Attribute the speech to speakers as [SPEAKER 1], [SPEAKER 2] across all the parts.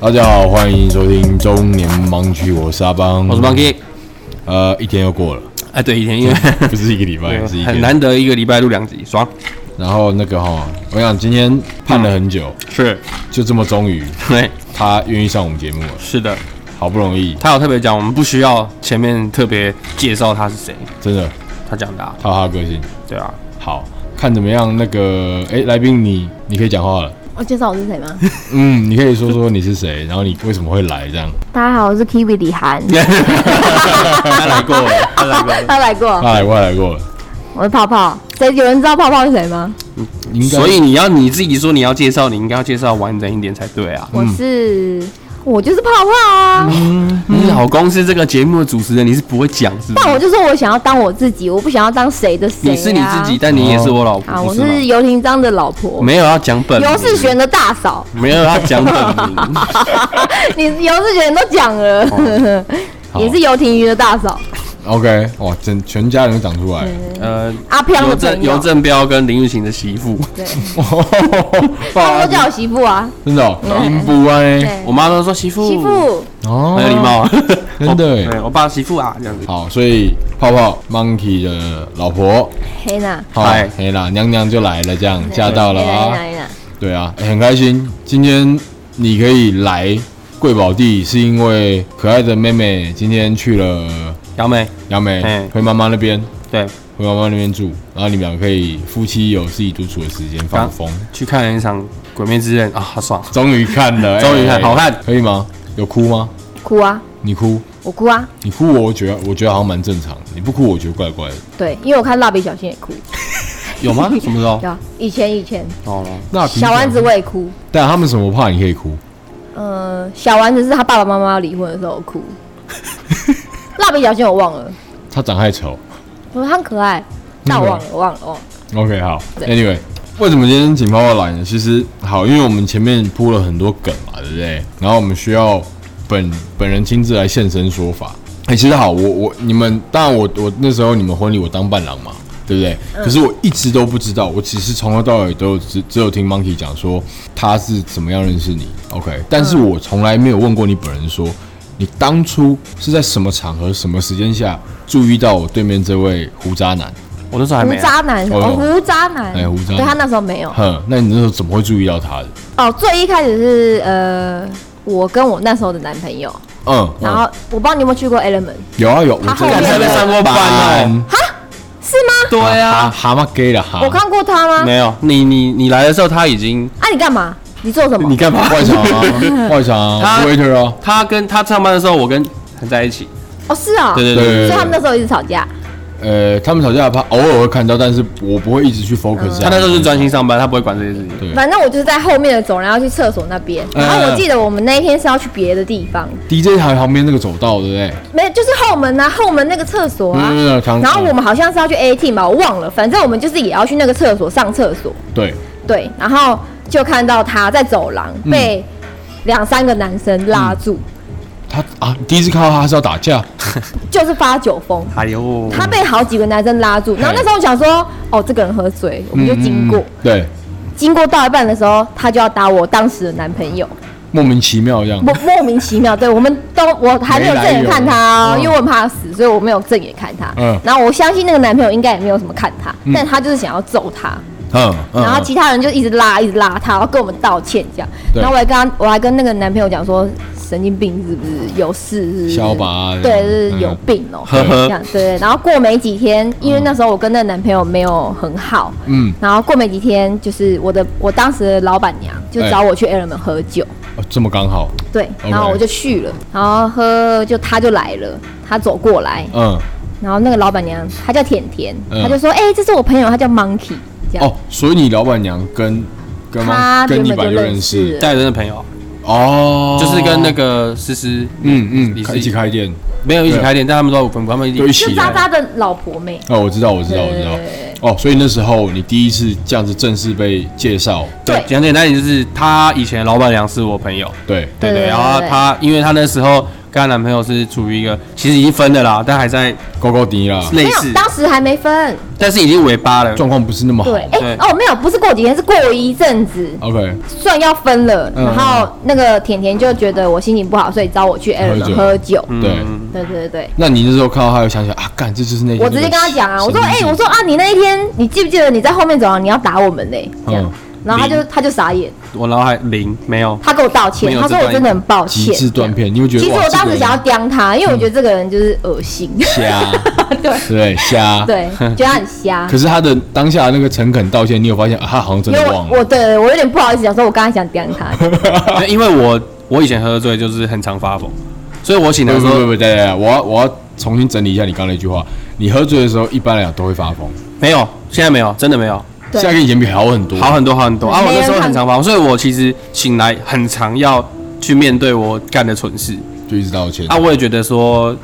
[SPEAKER 1] 大家好，欢迎收听中年盲区，我是阿邦，
[SPEAKER 2] 我是 Monkey。
[SPEAKER 1] 呃，一天又过 了，
[SPEAKER 2] 哎，对，一天因为
[SPEAKER 1] 不是一个礼拜，是一
[SPEAKER 2] 嗯很
[SPEAKER 1] 天。
[SPEAKER 2] 难得一个礼拜录两集，爽。
[SPEAKER 1] 然后那个哈，我想今天盼了很久，
[SPEAKER 2] 是，
[SPEAKER 1] 就这么终于
[SPEAKER 2] 对，
[SPEAKER 1] 他愿意上我们节目了，
[SPEAKER 2] 是的。
[SPEAKER 1] 好不容易，
[SPEAKER 2] 他有特别讲，我们不需要前面特别介绍他是谁，
[SPEAKER 1] 真的
[SPEAKER 2] 他讲的、啊，
[SPEAKER 1] 他有他的个性，
[SPEAKER 2] 对啊。
[SPEAKER 1] 好看怎么样？那个，哎，来宾你你可以讲话了，
[SPEAKER 3] 我介绍我是谁吗？
[SPEAKER 1] 嗯，你可以说说你是谁，然后你为什么会来
[SPEAKER 2] 啊
[SPEAKER 1] 这样？
[SPEAKER 3] 大家好，我是 Kiwi 李涵，
[SPEAKER 2] 他来 过了，他来过了。
[SPEAKER 3] 他来过，
[SPEAKER 1] 他来过，他啊来过了，
[SPEAKER 3] 我是泡泡。谁有人知道泡泡是谁吗？
[SPEAKER 1] 应该
[SPEAKER 2] 所以你要你自己说你要介绍，你应该要介绍完整一点才对啊。
[SPEAKER 3] 我是我就是泡泡啊，
[SPEAKER 2] 嗯你老公是这个节目的主持人，你是不会讲是不
[SPEAKER 3] 但我
[SPEAKER 2] 是？
[SPEAKER 3] 就说我想要当我自己，我不想要当谁的谁、啊。
[SPEAKER 2] 你是你自己，但你也是我老婆，
[SPEAKER 3] 啊，我
[SPEAKER 2] 不
[SPEAKER 3] 是
[SPEAKER 2] 吗
[SPEAKER 3] 游廷章的老婆，
[SPEAKER 2] 没有要讲本名
[SPEAKER 3] 游世璇的大嫂。
[SPEAKER 2] 没有要讲本名。
[SPEAKER 3] 你游世璇都讲了，
[SPEAKER 2] 哦
[SPEAKER 1] 好
[SPEAKER 3] 也是游廷瑜的大嫂，
[SPEAKER 1] OK，哇，整全家人都长出来了，
[SPEAKER 2] 呃，
[SPEAKER 3] 阿飘
[SPEAKER 2] 邮
[SPEAKER 3] 的朋
[SPEAKER 2] 政
[SPEAKER 3] 友
[SPEAKER 2] 邮。政标跟林玉琴的媳妇，
[SPEAKER 3] 对，他
[SPEAKER 1] 哇
[SPEAKER 3] 们都叫我媳妇啊，
[SPEAKER 1] 真的哦，音不啊呢，
[SPEAKER 3] 对
[SPEAKER 2] 哎我妈都说媳妇，
[SPEAKER 3] 媳妇。
[SPEAKER 1] 哦
[SPEAKER 2] 嗯很有礼貌啊，
[SPEAKER 1] 真的欸耶
[SPEAKER 2] 对我爸媳妇啊，这样子。
[SPEAKER 1] 好，所以泡泡 Monkey 的老婆，
[SPEAKER 3] 黑娜，
[SPEAKER 1] 好
[SPEAKER 2] 嗨，
[SPEAKER 1] 黑啦，娘娘就来了，这样吓到了
[SPEAKER 3] 黑娜
[SPEAKER 1] 啊！
[SPEAKER 3] 黑娜，
[SPEAKER 1] 对啊、欸很开心，今天你可以来贵宝地，是因为可爱的妹妹今天去了
[SPEAKER 2] 杨梅，
[SPEAKER 1] 杨梅
[SPEAKER 2] 嘿，
[SPEAKER 1] 回妈妈那边，
[SPEAKER 2] 对，
[SPEAKER 1] 回妈妈那边住，然后你们俩可以夫妻有自己独处的时间放
[SPEAKER 2] 刚
[SPEAKER 1] 风，
[SPEAKER 2] 去看了一场《鬼灭之刃》啊，好爽。
[SPEAKER 1] 终于看了，
[SPEAKER 2] 终于
[SPEAKER 1] 欸
[SPEAKER 2] 看好看
[SPEAKER 1] 可以吗？有哭吗？
[SPEAKER 3] 哭啊，
[SPEAKER 1] 你哭，
[SPEAKER 3] 我哭啊，
[SPEAKER 1] 你哭，我觉得我觉得好像蛮正常的，你不哭我觉得怪怪的，
[SPEAKER 3] 对，因为我看蜡笔小新也哭，
[SPEAKER 2] 有吗？什么时候？
[SPEAKER 3] 有啊以前以前
[SPEAKER 2] 哦，
[SPEAKER 1] 那
[SPEAKER 3] 小丸子我也哭，
[SPEAKER 1] 但他们什么怕你可以哭？
[SPEAKER 3] 呃，小丸子是他爸爸妈妈要离婚的时候 我哭，蜡笔小新我忘了，
[SPEAKER 1] 他长太丑。
[SPEAKER 3] 我说他很可爱，但我忘了，我忘了，我忘了，
[SPEAKER 1] OK，好。
[SPEAKER 3] 对
[SPEAKER 1] Anyway，为什么今天请泡泡来呢？其实好，因为我们前面铺了很多梗嘛，对不对？然后我们需要本本人亲自来现身说法。哎、其实好，我我你们，当然我我那时候你们婚礼我当伴郎嘛，对不对？可是我一直都不知道，我只是从头到尾都有只只有听 Monkey 讲说他是怎么样认识你，OK？但是我从来没有问过你本人说，你当初是在什么场合、什么时间下注意到我对面这位胡渣男？
[SPEAKER 2] 我那时候还
[SPEAKER 3] 胡
[SPEAKER 2] 没啊。
[SPEAKER 3] 渣男，
[SPEAKER 1] 我有
[SPEAKER 3] 哦，胡渣男，
[SPEAKER 1] 哎胡渣男
[SPEAKER 3] 对他那时候没有，
[SPEAKER 1] 哼，那你那时候怎么会注意到他的？
[SPEAKER 3] 哦，最一开始是呃。我跟我那时候的男朋友，
[SPEAKER 1] 嗯，
[SPEAKER 3] 然后我不知道你有没有去过 Element，
[SPEAKER 1] 有啊有，我
[SPEAKER 3] 他
[SPEAKER 1] 知道
[SPEAKER 3] 后面
[SPEAKER 2] 在上过班哦。
[SPEAKER 3] 是吗？
[SPEAKER 2] 对
[SPEAKER 1] 啊嗯哈
[SPEAKER 2] 啊，
[SPEAKER 1] 蛤蟆给了蛤，
[SPEAKER 3] 我看过他吗？
[SPEAKER 2] 没有你你你来的时候他已经
[SPEAKER 3] 啊，你干嘛？你做什么？
[SPEAKER 2] 干嘛
[SPEAKER 1] 外场啊， 外场啊
[SPEAKER 2] 他
[SPEAKER 1] ，waiter 啊，
[SPEAKER 2] 他跟他上班的时候，我跟他在一起。
[SPEAKER 3] 哦，是啊，
[SPEAKER 2] 对对对
[SPEAKER 1] 对
[SPEAKER 3] 所以他们那时候一直吵架。
[SPEAKER 1] 呃，他们吵架，他偶尔会看到，但是我不会一直去 focus 在。
[SPEAKER 2] 嗯他那时候是专心上班，他不会管这些事情。
[SPEAKER 1] 对
[SPEAKER 3] 反正我就是在后面的走廊要去厕所那边，
[SPEAKER 1] 嗯
[SPEAKER 3] 然后我记得我们那一天是要去别的地方，
[SPEAKER 1] DJ 台旁边那个走道，对不对？
[SPEAKER 3] 没有就是后门啊，后门那个厕所啊
[SPEAKER 1] 嗯没有没有，唐
[SPEAKER 3] 然后我们好像是要去 A T 吧，我忘了，反正我们就是也要去那个厕所上厕所，
[SPEAKER 1] 对，
[SPEAKER 3] 对，然后就看到他在走廊被两三个男生拉住，
[SPEAKER 1] 他啊，第一次看到他是要打架，
[SPEAKER 3] 就是发酒疯。
[SPEAKER 2] 哎呦，
[SPEAKER 3] 他被好几个男生拉住，然后那时候我想说，哦，这个人喝醉，我们就经过，
[SPEAKER 1] 嗯对，
[SPEAKER 3] 经过到一半的时候，他就要打我当时的男朋友，
[SPEAKER 1] 莫名其妙这样。
[SPEAKER 3] 莫莫名其妙，对我们都我还没有正眼看他哦，
[SPEAKER 1] 没来由嗯
[SPEAKER 3] 因为我很怕他死，所以我没有正眼看他。
[SPEAKER 1] 嗯
[SPEAKER 3] 然后我相信那个男朋友应该也没有什么看他，但他就是想要揍他，
[SPEAKER 1] 嗯，嗯
[SPEAKER 3] 然后其他人就一直拉，一直拉他，然后跟我们道歉这样。
[SPEAKER 1] 对
[SPEAKER 3] 然后我还跟他，我还跟那个男朋友讲说，神经病是不是有事是不是？
[SPEAKER 1] 小吧
[SPEAKER 3] 对，就是有
[SPEAKER 1] 嗯
[SPEAKER 3] 病哦、
[SPEAKER 2] 呵呵
[SPEAKER 3] 这样对。然后过没几天，因为那时候我跟那个男朋友没有很好，
[SPEAKER 1] 嗯，
[SPEAKER 3] 然后过没几天，就是我的我当时的老板娘就
[SPEAKER 1] 哎
[SPEAKER 3] 找我去 Element 喝酒。
[SPEAKER 1] 哦这么刚好，
[SPEAKER 3] 对，
[SPEAKER 1] OK
[SPEAKER 3] 然后我就去了，然后喝就他就来了，他走过来，
[SPEAKER 1] 嗯，
[SPEAKER 3] 然后那个老板娘她叫甜甜，
[SPEAKER 1] 嗯
[SPEAKER 3] 她就说：“哎、这是我朋友，她叫 Monkey。”这样，
[SPEAKER 1] 哦，所以你老板娘跟跟
[SPEAKER 3] 他
[SPEAKER 1] 跟
[SPEAKER 3] 原
[SPEAKER 1] 你
[SPEAKER 3] 本
[SPEAKER 1] 本
[SPEAKER 3] 就
[SPEAKER 1] 就认
[SPEAKER 3] 认
[SPEAKER 1] 识
[SPEAKER 3] 识，
[SPEAKER 2] 戴人的朋友
[SPEAKER 1] 哦，
[SPEAKER 2] 就是跟那个思思，
[SPEAKER 1] 嗯嗯，
[SPEAKER 2] 你
[SPEAKER 1] 开
[SPEAKER 2] 是
[SPEAKER 1] 一起开店，
[SPEAKER 2] 没有一起开店，但他们都有分，他们
[SPEAKER 1] 就一
[SPEAKER 2] 一起
[SPEAKER 1] 起
[SPEAKER 3] 就
[SPEAKER 1] 来
[SPEAKER 3] 渣渣的老婆妹。
[SPEAKER 1] 哦，我知道，我知道，我知道。哦，所以那时候你第一次这样子正式被介绍，
[SPEAKER 3] 对
[SPEAKER 2] 讲简单一点就是，他以前老板娘是我朋友，
[SPEAKER 1] 对，
[SPEAKER 2] 对
[SPEAKER 3] 对
[SPEAKER 2] 对，
[SPEAKER 3] 对
[SPEAKER 2] 然后
[SPEAKER 3] 对
[SPEAKER 2] 他因为他那时候跟她男朋友是处于一个其实已经分了啦，但还在
[SPEAKER 1] 高高低啦，
[SPEAKER 2] 类
[SPEAKER 3] 哦没有
[SPEAKER 2] 似，，
[SPEAKER 3] 当时还没分。
[SPEAKER 2] 但是已经尾巴了。
[SPEAKER 1] 状况不是那么好。
[SPEAKER 3] 对，哎、
[SPEAKER 2] 对
[SPEAKER 3] 哦，没有，不是过几天，是过一阵子，
[SPEAKER 1] OK，
[SPEAKER 3] 算要分了。
[SPEAKER 1] 哦嗯
[SPEAKER 3] 然后那个甜甜就觉得我心情不好，所以找我去 Aaron
[SPEAKER 1] 喝酒嗯
[SPEAKER 3] 喝酒。
[SPEAKER 2] 嗯
[SPEAKER 1] 对。
[SPEAKER 3] 对对对对，
[SPEAKER 1] 那你那时候看到他，又想起来啊，干，这就是那天
[SPEAKER 3] 我直接跟他讲啊，我说，哎、我说啊，你那一天，你记不记得你在后面走廊你要打我们呢、这样
[SPEAKER 1] 嗯，
[SPEAKER 3] 然后他就他就傻眼，
[SPEAKER 2] 我脑海零没 有，
[SPEAKER 3] 他跟我道
[SPEAKER 2] 没
[SPEAKER 3] 歉，
[SPEAKER 2] 有
[SPEAKER 3] 他说我真的很抱
[SPEAKER 1] 极
[SPEAKER 3] 歉。
[SPEAKER 1] 致断片，你会觉
[SPEAKER 3] 其
[SPEAKER 1] 得
[SPEAKER 3] 实
[SPEAKER 1] 哇，
[SPEAKER 3] 我当时想要刁他，因为我觉得这个人就是恶心，
[SPEAKER 1] 这个
[SPEAKER 2] 啊
[SPEAKER 1] 人嗯 瞎， 对瞎，。
[SPEAKER 3] 对对，啊觉得他很瞎
[SPEAKER 1] 可。是他的当下那个诚恳道歉，你有发现啊，他好像真
[SPEAKER 3] 因
[SPEAKER 1] 的
[SPEAKER 3] 为
[SPEAKER 1] 忘
[SPEAKER 3] 我
[SPEAKER 1] 了
[SPEAKER 3] 我，对我有点不好意思讲，说我刚才想刁他，
[SPEAKER 2] 就因为我我以前喝醉就是很常发疯，所以我醒
[SPEAKER 1] 不
[SPEAKER 2] 来的
[SPEAKER 1] 不
[SPEAKER 2] 时
[SPEAKER 1] 不
[SPEAKER 2] 候
[SPEAKER 1] 不，对对对，我要我要重新整理一下你刚刚那句话。你喝醉的时候，一般来讲都会发疯，
[SPEAKER 2] 没有，现在没有，真的没有，
[SPEAKER 3] 对
[SPEAKER 1] 现在跟以前比好很多。
[SPEAKER 2] 好很多好很多啊！我
[SPEAKER 3] 没人
[SPEAKER 2] 那时候
[SPEAKER 3] 看
[SPEAKER 2] 很常发疯，所以我其实醒来很常要去面对我干的蠢事
[SPEAKER 1] 就一直道歉
[SPEAKER 2] 啊！我也觉得说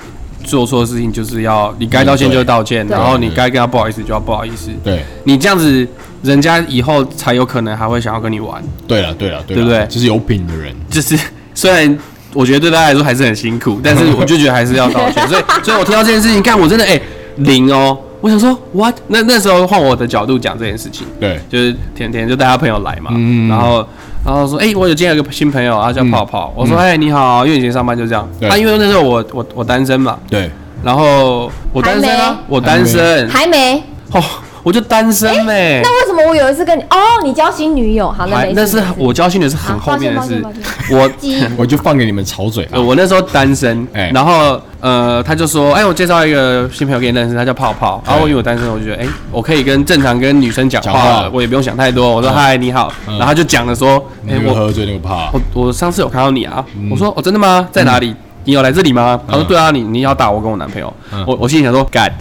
[SPEAKER 2] 做错事情就是要你该道歉就道歉，
[SPEAKER 3] 对
[SPEAKER 2] 然后
[SPEAKER 1] 对
[SPEAKER 2] 你该跟他不好意思就要不好意思，
[SPEAKER 1] 对
[SPEAKER 2] 你这样子人家以后才有可能还会想要跟你玩，
[SPEAKER 1] 对了对了对
[SPEAKER 2] 对
[SPEAKER 1] 了，
[SPEAKER 2] 不对
[SPEAKER 1] 就是有品的人，
[SPEAKER 2] 就是 虽然。我觉得对大家来说还是很辛苦，但是我就觉得还是要道歉，所以， 所以我听到这件事情，看我真的哎、零哦，我想说 what？那那时候换我的角度讲这件事情，
[SPEAKER 1] 对
[SPEAKER 2] 就是甜甜就带她朋友来嘛，
[SPEAKER 1] 嗯
[SPEAKER 2] 然后然后说，哎、我有见到一个新朋友，他叫泡泡，我说，哎、你好，因为以前上班就这样，
[SPEAKER 1] 对
[SPEAKER 2] 啊，因为那时候我我我单身嘛，
[SPEAKER 1] 对，
[SPEAKER 2] 然后我单身
[SPEAKER 3] 还
[SPEAKER 2] 啊
[SPEAKER 3] 没，
[SPEAKER 2] 我单身，
[SPEAKER 3] 还没。
[SPEAKER 2] 哦，我就单身欸呗、
[SPEAKER 3] 那为什么我有一次跟你哦，你交新女友，好，那
[SPEAKER 2] 还
[SPEAKER 3] 没事。
[SPEAKER 2] 那是
[SPEAKER 3] 没事
[SPEAKER 2] 我交心的是很
[SPEAKER 3] 好
[SPEAKER 2] 后面的
[SPEAKER 3] 抱歉
[SPEAKER 2] 事
[SPEAKER 3] 抱歉，
[SPEAKER 2] 我
[SPEAKER 3] 记 忆
[SPEAKER 1] 我就放给你们吵嘴
[SPEAKER 2] 呃
[SPEAKER 1] 了。
[SPEAKER 2] 我那时候单身，
[SPEAKER 1] 哎
[SPEAKER 2] 然后呃他就说，哎我介绍一个新朋友给你认识，他叫泡泡，然后我因为我单身，我就觉得哎我可以跟正常跟女生讲
[SPEAKER 1] 讲
[SPEAKER 2] 话
[SPEAKER 1] 话
[SPEAKER 2] 了，我也不用想太多，我说
[SPEAKER 1] 嗯
[SPEAKER 2] 嗨你好，
[SPEAKER 1] 嗯
[SPEAKER 2] 然后他就讲了说，
[SPEAKER 1] 你嗯
[SPEAKER 2] 哎
[SPEAKER 1] 那个
[SPEAKER 2] 我
[SPEAKER 1] 喝醉那个怕，
[SPEAKER 2] 我我上次有看到你啊，我说哦真的吗？在哪里？你有来这里吗？他说对啊，你你要打我跟我男朋友
[SPEAKER 1] 嗯，
[SPEAKER 2] 我我心里想说干，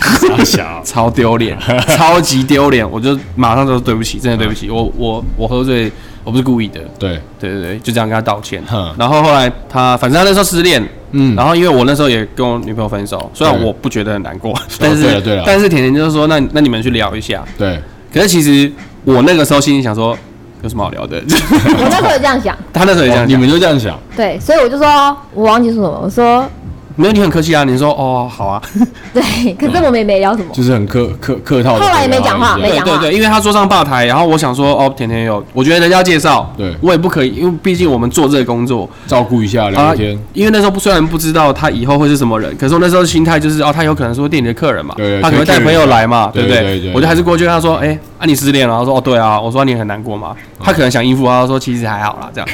[SPEAKER 1] 小
[SPEAKER 2] 超丢 脸，超级丢脸，我就马上就说对不起，真的对不
[SPEAKER 1] 嗯
[SPEAKER 2] 起，我我我喝醉，我不是故意的，
[SPEAKER 1] 对，
[SPEAKER 2] 对对对，就这样跟他道歉
[SPEAKER 1] 哼。
[SPEAKER 2] 然后后来他反正他那时候失恋，
[SPEAKER 1] 嗯
[SPEAKER 2] 然后因为我那时候也跟我女朋友分手，虽然
[SPEAKER 1] 对哦
[SPEAKER 2] 我不觉得很难过，但
[SPEAKER 1] 对了
[SPEAKER 2] 是
[SPEAKER 1] 对啊了
[SPEAKER 2] 但是甜甜就是说那那你们去聊一下。
[SPEAKER 1] 对，
[SPEAKER 2] 可是其实我那个时候心里想说有什么好聊的，
[SPEAKER 3] 我那时候也这样想，
[SPEAKER 2] 他那时候也这
[SPEAKER 1] 哦
[SPEAKER 2] 样
[SPEAKER 1] 你
[SPEAKER 2] 讲，
[SPEAKER 1] 们就这样想，
[SPEAKER 3] 对，所以我就说，我忘记说什么，我说
[SPEAKER 2] 没有你很客气啊，你说哦好啊，
[SPEAKER 3] 对，可是我们也没聊什么，
[SPEAKER 1] 嗯就是很客客客套的。
[SPEAKER 3] 后来也没讲话
[SPEAKER 1] 对
[SPEAKER 3] 没
[SPEAKER 2] 对
[SPEAKER 3] 讲
[SPEAKER 2] 对
[SPEAKER 3] 话
[SPEAKER 2] 对，因为他坐上吧台，然后我想说哦甜甜有，我觉得人家介绍，
[SPEAKER 1] 对
[SPEAKER 2] 我也不可以，因为毕竟我们做这个工作，
[SPEAKER 1] 照顾一下
[SPEAKER 2] 啊
[SPEAKER 1] 聊天。
[SPEAKER 2] 因为那时候不虽然不知道他以后会是什么人，可是我那时候心态就是哦，他有可能是会店里的客人嘛，
[SPEAKER 1] 对对
[SPEAKER 2] 他可能会带朋友来嘛，
[SPEAKER 1] 对
[SPEAKER 2] 对不
[SPEAKER 1] 对对对
[SPEAKER 2] 我就还是过去跟他说，哎、啊你失恋了？他说哦对啊，我说、啊你很难过嘛，他可能想应付他，他说其实还好啦，这样，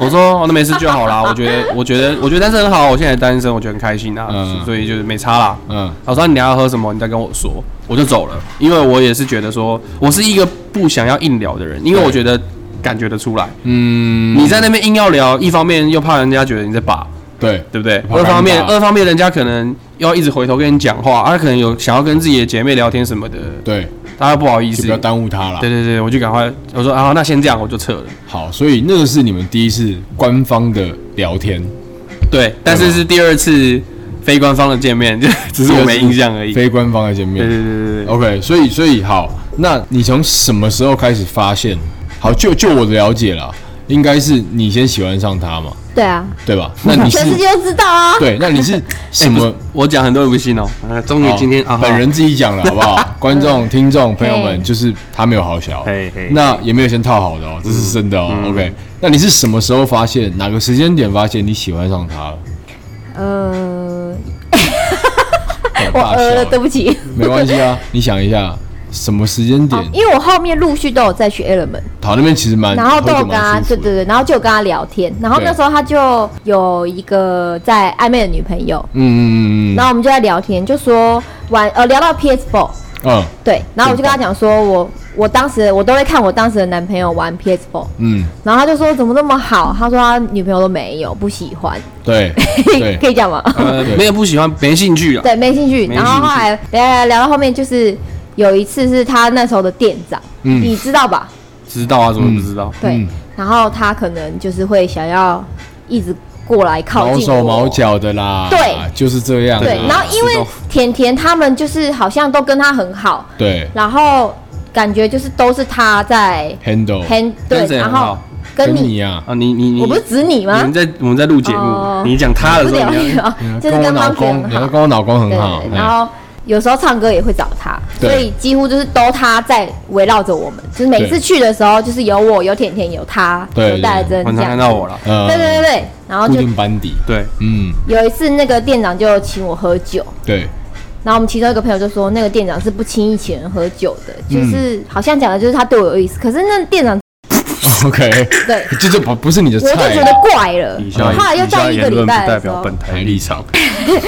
[SPEAKER 2] 我说哦那没事就好啦，我 觉得我觉得我觉得单身很好，我现在单身，我觉得很开心啊，
[SPEAKER 1] 嗯
[SPEAKER 2] 所以就是没差啦。
[SPEAKER 1] 嗯，
[SPEAKER 2] 我说你等一下要喝什么，你再跟我说，我就走了，因为我也是觉得说我是一个不想要硬聊的人，因为
[SPEAKER 1] 对
[SPEAKER 2] 我觉得感觉得出来，
[SPEAKER 1] 嗯，
[SPEAKER 2] 你在那边硬要聊，一方面又怕人家觉得你在把。
[SPEAKER 1] 对
[SPEAKER 2] 对不对？
[SPEAKER 1] 怕尴尬
[SPEAKER 2] 二方面，二方面，人家可能要一直回头跟你讲话，啊，可能有想要跟自己的姐妹聊天什么的，
[SPEAKER 1] 对，
[SPEAKER 2] 大家不好意
[SPEAKER 1] 就
[SPEAKER 2] 思
[SPEAKER 1] 不。要耽误他了
[SPEAKER 2] 对。对对，我就赶快我说啊，那先这样，我就撤了。
[SPEAKER 1] 好，所以那个是你们第一次官方的聊天，
[SPEAKER 2] 对，但是是第二次非官方的见面， 就只是我没印象而已。对
[SPEAKER 1] 非官方的见
[SPEAKER 2] 对
[SPEAKER 1] 面。
[SPEAKER 2] 对对对对，
[SPEAKER 1] OK，所以所以好，那你从什么时候开始发现？好，就就我的了解啦，应该是你先喜欢上他嘛，
[SPEAKER 3] 对啊，
[SPEAKER 1] 对 吧？那你是
[SPEAKER 3] 全世界都知道啊，
[SPEAKER 1] 对，那你 是什
[SPEAKER 2] 不
[SPEAKER 1] 么
[SPEAKER 2] 是？我讲很多人不信哦。啊终
[SPEAKER 3] 哎
[SPEAKER 2] 于
[SPEAKER 1] 好
[SPEAKER 2] 今天啊，
[SPEAKER 1] 本人自己讲了，好不好？ 观 众、听众朋友们，
[SPEAKER 3] 嘿
[SPEAKER 1] 就是他没有好小
[SPEAKER 2] 嘿嘿，
[SPEAKER 1] 那也没有先套好的哦，这是真的哦。OK，那
[SPEAKER 3] 嗯
[SPEAKER 1] 你是什么时候发现，哪个时间点发现你喜欢上他了？
[SPEAKER 3] 呃， 我
[SPEAKER 1] 大
[SPEAKER 3] 呃了，
[SPEAKER 1] 笑
[SPEAKER 3] 对不起，
[SPEAKER 1] 没关系啊，你想一下，什么时间点
[SPEAKER 3] 哦？因为我后面陆续都有再去 Element，
[SPEAKER 1] 跑那边其实蛮，
[SPEAKER 3] 然后
[SPEAKER 1] 喝
[SPEAKER 3] 都有
[SPEAKER 1] 酒
[SPEAKER 3] 跟他，
[SPEAKER 1] 蛮
[SPEAKER 3] 对
[SPEAKER 1] 舒
[SPEAKER 3] 对
[SPEAKER 1] 服的。
[SPEAKER 3] 对，然后就有跟他聊天，然后
[SPEAKER 1] 对
[SPEAKER 3] 那时候他就有一个在暧昧的女朋友，
[SPEAKER 1] 嗯嗯嗯
[SPEAKER 3] 然后我们就在聊天，就说玩呃聊到 PS4，
[SPEAKER 1] 嗯
[SPEAKER 3] 对，然后我就跟他讲说，我我当时我都会看我当时的男朋友玩 PS4，
[SPEAKER 1] 嗯，
[SPEAKER 3] 然后他就说怎么那么好，他说他女朋友都没有，不喜欢，
[SPEAKER 1] 对对 啊
[SPEAKER 3] 可以讲吗？
[SPEAKER 2] 呃
[SPEAKER 1] 对，
[SPEAKER 2] 没有不喜欢，没兴趣了。
[SPEAKER 3] 对，没兴趣。
[SPEAKER 2] 没兴趣
[SPEAKER 3] 然后后来聊聊聊到后面，就是有一次是他那时候的店长，
[SPEAKER 1] 嗯
[SPEAKER 3] 你知道吧？
[SPEAKER 2] 知道啊，怎么不知道？
[SPEAKER 3] 对，
[SPEAKER 1] 嗯
[SPEAKER 3] 然后他可能就是会想要一直过来靠
[SPEAKER 1] 毛
[SPEAKER 3] 近
[SPEAKER 1] 手
[SPEAKER 3] 我
[SPEAKER 1] 毛。脚的啦，
[SPEAKER 3] 对
[SPEAKER 1] 就是这样啊。
[SPEAKER 3] 对，然后因
[SPEAKER 2] 知
[SPEAKER 3] 为
[SPEAKER 2] 道
[SPEAKER 3] 甜甜他们就是好像都跟他很好，
[SPEAKER 1] 对
[SPEAKER 3] 然后感觉就是都是他在
[SPEAKER 1] handle
[SPEAKER 3] hand 对，
[SPEAKER 2] 跟谁
[SPEAKER 3] 然
[SPEAKER 2] 很
[SPEAKER 3] 后
[SPEAKER 2] 好？
[SPEAKER 3] 跟你，
[SPEAKER 1] 你啊，
[SPEAKER 2] 啊，你你你，
[SPEAKER 3] 我不是指你
[SPEAKER 2] 我
[SPEAKER 3] 吗
[SPEAKER 2] 们？在我们在录节目
[SPEAKER 3] 哦，
[SPEAKER 2] 你讲他的
[SPEAKER 3] 不
[SPEAKER 2] 时候，
[SPEAKER 3] 聊
[SPEAKER 2] 你要
[SPEAKER 3] 啊
[SPEAKER 1] 你啊，
[SPEAKER 3] 就是
[SPEAKER 1] 跟我老
[SPEAKER 3] 方平
[SPEAKER 1] 公，
[SPEAKER 3] 很
[SPEAKER 1] 你
[SPEAKER 3] 好
[SPEAKER 1] 要跟我老公很
[SPEAKER 3] 对
[SPEAKER 1] 好，
[SPEAKER 3] 对，
[SPEAKER 1] 哎
[SPEAKER 3] 对然后有时候唱歌也会找他，
[SPEAKER 1] 对
[SPEAKER 3] 所以几乎就是都他在围绕着我们，就是每次
[SPEAKER 1] 对
[SPEAKER 3] 去的时候，就是有我，有甜甜，有他，
[SPEAKER 1] 对
[SPEAKER 3] 有戴珍
[SPEAKER 2] 很
[SPEAKER 3] 这
[SPEAKER 2] 常看。
[SPEAKER 3] 样
[SPEAKER 2] 到我了。
[SPEAKER 1] 呃，
[SPEAKER 3] 对对对对，然后
[SPEAKER 1] 固
[SPEAKER 3] 就
[SPEAKER 1] 定班底，
[SPEAKER 2] 对，
[SPEAKER 1] 嗯，
[SPEAKER 3] 有一次那个店长就请我喝酒，
[SPEAKER 1] 对，
[SPEAKER 3] 然后我们其中一个朋友就说，那个店长是不轻易请人喝酒的，就是、
[SPEAKER 1] 嗯
[SPEAKER 3] 好像讲的就是他对我有意思，可是那店长
[SPEAKER 1] OK，
[SPEAKER 3] 对
[SPEAKER 1] 这就不不是你的
[SPEAKER 3] 我就
[SPEAKER 1] 菜
[SPEAKER 3] 觉得
[SPEAKER 1] 啊，
[SPEAKER 3] 怪了
[SPEAKER 2] 以下。
[SPEAKER 3] 后来又
[SPEAKER 2] 以下
[SPEAKER 3] 在一个
[SPEAKER 2] 言论
[SPEAKER 3] 礼
[SPEAKER 2] 不
[SPEAKER 3] 拜
[SPEAKER 2] 代
[SPEAKER 3] 的时
[SPEAKER 2] 表
[SPEAKER 3] 候，
[SPEAKER 2] 本台
[SPEAKER 1] 台
[SPEAKER 2] 立
[SPEAKER 1] 立
[SPEAKER 2] 场。
[SPEAKER 1] 场，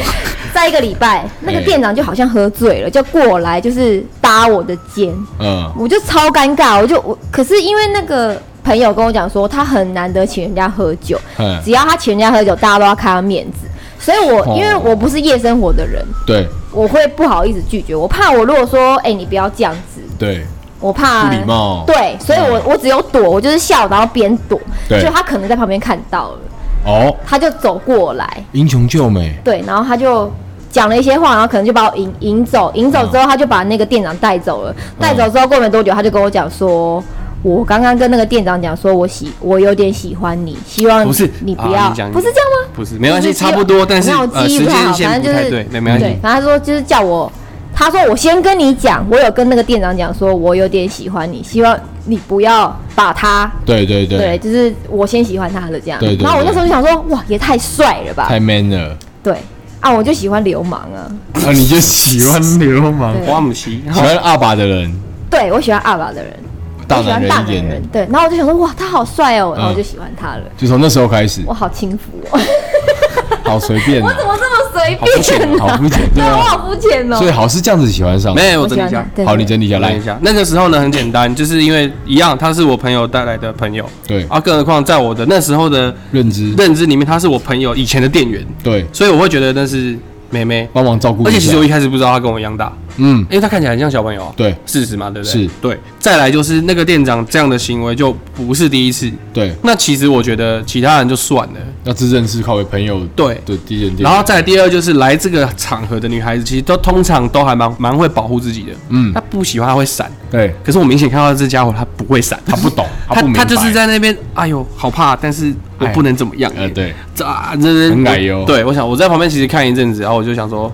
[SPEAKER 3] 在一个礼拜，那个
[SPEAKER 1] 哎
[SPEAKER 3] 店长就好像喝醉了，就过来就是搭我的肩，
[SPEAKER 1] 嗯，
[SPEAKER 3] 我就超尴尬，我就我可是因为那个朋友跟我讲说，他很难得请人家喝酒，
[SPEAKER 1] 嗯
[SPEAKER 3] 只要他请人家喝酒，大家都要看他面子。所以我，
[SPEAKER 1] 哦
[SPEAKER 3] 因为我不是夜生活的人，
[SPEAKER 1] 对
[SPEAKER 3] 我会不好意思拒绝。我怕我如果说，哎、你不要这样子，
[SPEAKER 1] 对，
[SPEAKER 3] 我怕
[SPEAKER 1] 不礼貌
[SPEAKER 3] 对，所以我、
[SPEAKER 1] 嗯
[SPEAKER 3] 我只有躲，我就是笑，然后边躲。
[SPEAKER 1] 对
[SPEAKER 3] 就他可能在旁边看到了，
[SPEAKER 1] 哦，
[SPEAKER 3] 他就走过来，
[SPEAKER 1] 英雄救美，
[SPEAKER 3] 对，然后他就讲了一些话，然后可能就把我引引走，引走之后他就把那个店长带走了，带走之后过没多久他就跟我讲说。我刚刚跟那个店长讲说，我喜我有点喜欢你，希望
[SPEAKER 2] 不是
[SPEAKER 3] 你不
[SPEAKER 2] 啊
[SPEAKER 3] 要，
[SPEAKER 2] 你讲
[SPEAKER 3] 不是这样吗？
[SPEAKER 2] 不是，没关系，
[SPEAKER 3] 就是只有
[SPEAKER 2] 差不多，但是
[SPEAKER 3] 没有
[SPEAKER 2] 呃，
[SPEAKER 3] 记忆
[SPEAKER 2] 时
[SPEAKER 3] 不太
[SPEAKER 2] 间
[SPEAKER 3] 好，
[SPEAKER 2] 线
[SPEAKER 3] 反正
[SPEAKER 2] 不
[SPEAKER 3] 就
[SPEAKER 2] 太
[SPEAKER 3] 是
[SPEAKER 2] 对，对，没关
[SPEAKER 3] 对
[SPEAKER 2] 系。
[SPEAKER 3] 反正他说就是叫我，他说我先跟你讲，我有跟那个店长讲说，我有点喜欢你，希望你不要把他。
[SPEAKER 1] 对对
[SPEAKER 3] 对，
[SPEAKER 1] 对，
[SPEAKER 3] 就是我先喜欢他了这样。
[SPEAKER 1] 对对对
[SPEAKER 3] 然后我那时候就想说，哇，也太帅了吧！
[SPEAKER 1] 太 man 了，
[SPEAKER 3] 对啊，我就喜欢流氓啊，
[SPEAKER 1] 啊，你就喜 欢流氓，
[SPEAKER 3] 对
[SPEAKER 2] 花姆奇，
[SPEAKER 1] 喜欢阿爸的人，
[SPEAKER 3] 对我喜欢阿爸的人，
[SPEAKER 1] 大
[SPEAKER 3] 我喜
[SPEAKER 1] 男
[SPEAKER 3] 欢大
[SPEAKER 1] 人一
[SPEAKER 3] 男
[SPEAKER 1] 点
[SPEAKER 3] 人
[SPEAKER 1] 的，。
[SPEAKER 3] 对，然后我就想说，哇，他好帅哦，然后我
[SPEAKER 1] 嗯
[SPEAKER 3] 就喜欢他了，
[SPEAKER 1] 就从那时候开始
[SPEAKER 3] 我，好轻浮哦，
[SPEAKER 1] 好随便啊
[SPEAKER 3] 我，怎么这么随
[SPEAKER 2] 好肤浅哦
[SPEAKER 3] 便呢、
[SPEAKER 1] 好肤浅，对
[SPEAKER 3] 对，我
[SPEAKER 1] 啊，
[SPEAKER 3] 好肤浅哦。
[SPEAKER 1] 所以好是这样子喜欢上的，
[SPEAKER 2] 没有，我
[SPEAKER 3] 我
[SPEAKER 2] 整
[SPEAKER 3] 喜
[SPEAKER 2] 理
[SPEAKER 3] 欢
[SPEAKER 2] 一
[SPEAKER 3] 他
[SPEAKER 2] 下，，
[SPEAKER 3] 对
[SPEAKER 1] 好，你整理下
[SPEAKER 2] 我整
[SPEAKER 1] 来
[SPEAKER 2] 理一，下。那个时候呢，很简单，就是因为一样，他是我朋友带来的朋友
[SPEAKER 1] 对，
[SPEAKER 2] 啊，更何况在我的那时候的
[SPEAKER 1] 认知，
[SPEAKER 2] 认知里面，他是我朋友以前的店员，
[SPEAKER 1] 对，
[SPEAKER 2] 所以我会觉得那是妹妹。
[SPEAKER 1] 帮忙照顾一下，
[SPEAKER 2] 而且其实我一开始不知道他跟我一样大，
[SPEAKER 1] 嗯，
[SPEAKER 2] 因为他看起来很像小朋友啊。
[SPEAKER 1] 对
[SPEAKER 2] 事实嘛，对不对？
[SPEAKER 1] 是
[SPEAKER 2] 对。再来就是那个店长这样的行为就不是第一次。
[SPEAKER 1] 对，
[SPEAKER 2] 那其实我觉得其他人就算了，
[SPEAKER 1] 要自认是靠为朋友
[SPEAKER 2] 对。
[SPEAKER 1] 的第一人
[SPEAKER 2] 然后再来第二就是来这个场合的女孩子，其实都通常都还蛮蛮会保护自己的。
[SPEAKER 1] 嗯
[SPEAKER 2] 她，不喜欢她会闪，
[SPEAKER 1] 对，
[SPEAKER 2] 可是我明显看到这家伙他不会闪，
[SPEAKER 1] 他不懂，
[SPEAKER 2] 他
[SPEAKER 1] 不明白，
[SPEAKER 2] 他就是在那边，哎呦，好怕，但是我不能怎么样、
[SPEAKER 1] 呃，对，
[SPEAKER 2] 这啊，这这
[SPEAKER 1] 很奶油
[SPEAKER 2] 对，我想我在旁边其实看一阵子，然后我就想说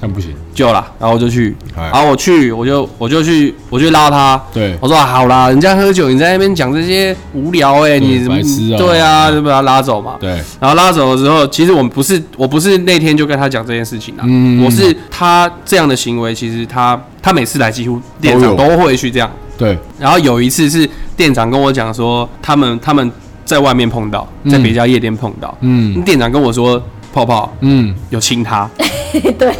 [SPEAKER 1] 但不行，
[SPEAKER 2] 救啦，然后我就去，
[SPEAKER 1] 哎
[SPEAKER 2] 然后我去，我就我就去，我就拉他。
[SPEAKER 1] 对
[SPEAKER 2] 我说、啊、好啦，人家喝酒，你在那边讲这些无聊哎、你
[SPEAKER 1] 白痴啊
[SPEAKER 2] 对啊，就把他拉走嘛。
[SPEAKER 1] 对，
[SPEAKER 2] 然后拉走了之后，其实我们不是，我不是那天就跟他讲这件事情啦，啊
[SPEAKER 1] 嗯
[SPEAKER 2] 我是他这样的行为，其实他他每次来几乎店
[SPEAKER 1] 都
[SPEAKER 2] 长
[SPEAKER 1] 有
[SPEAKER 2] 都会去这样，
[SPEAKER 1] 对，
[SPEAKER 2] 然后有一次是店长跟我讲说，他们他们在外面碰到，在别家夜店碰到，
[SPEAKER 1] 嗯
[SPEAKER 2] 店长跟我说泡泡
[SPEAKER 1] 嗯，
[SPEAKER 2] 有亲他，
[SPEAKER 3] 对，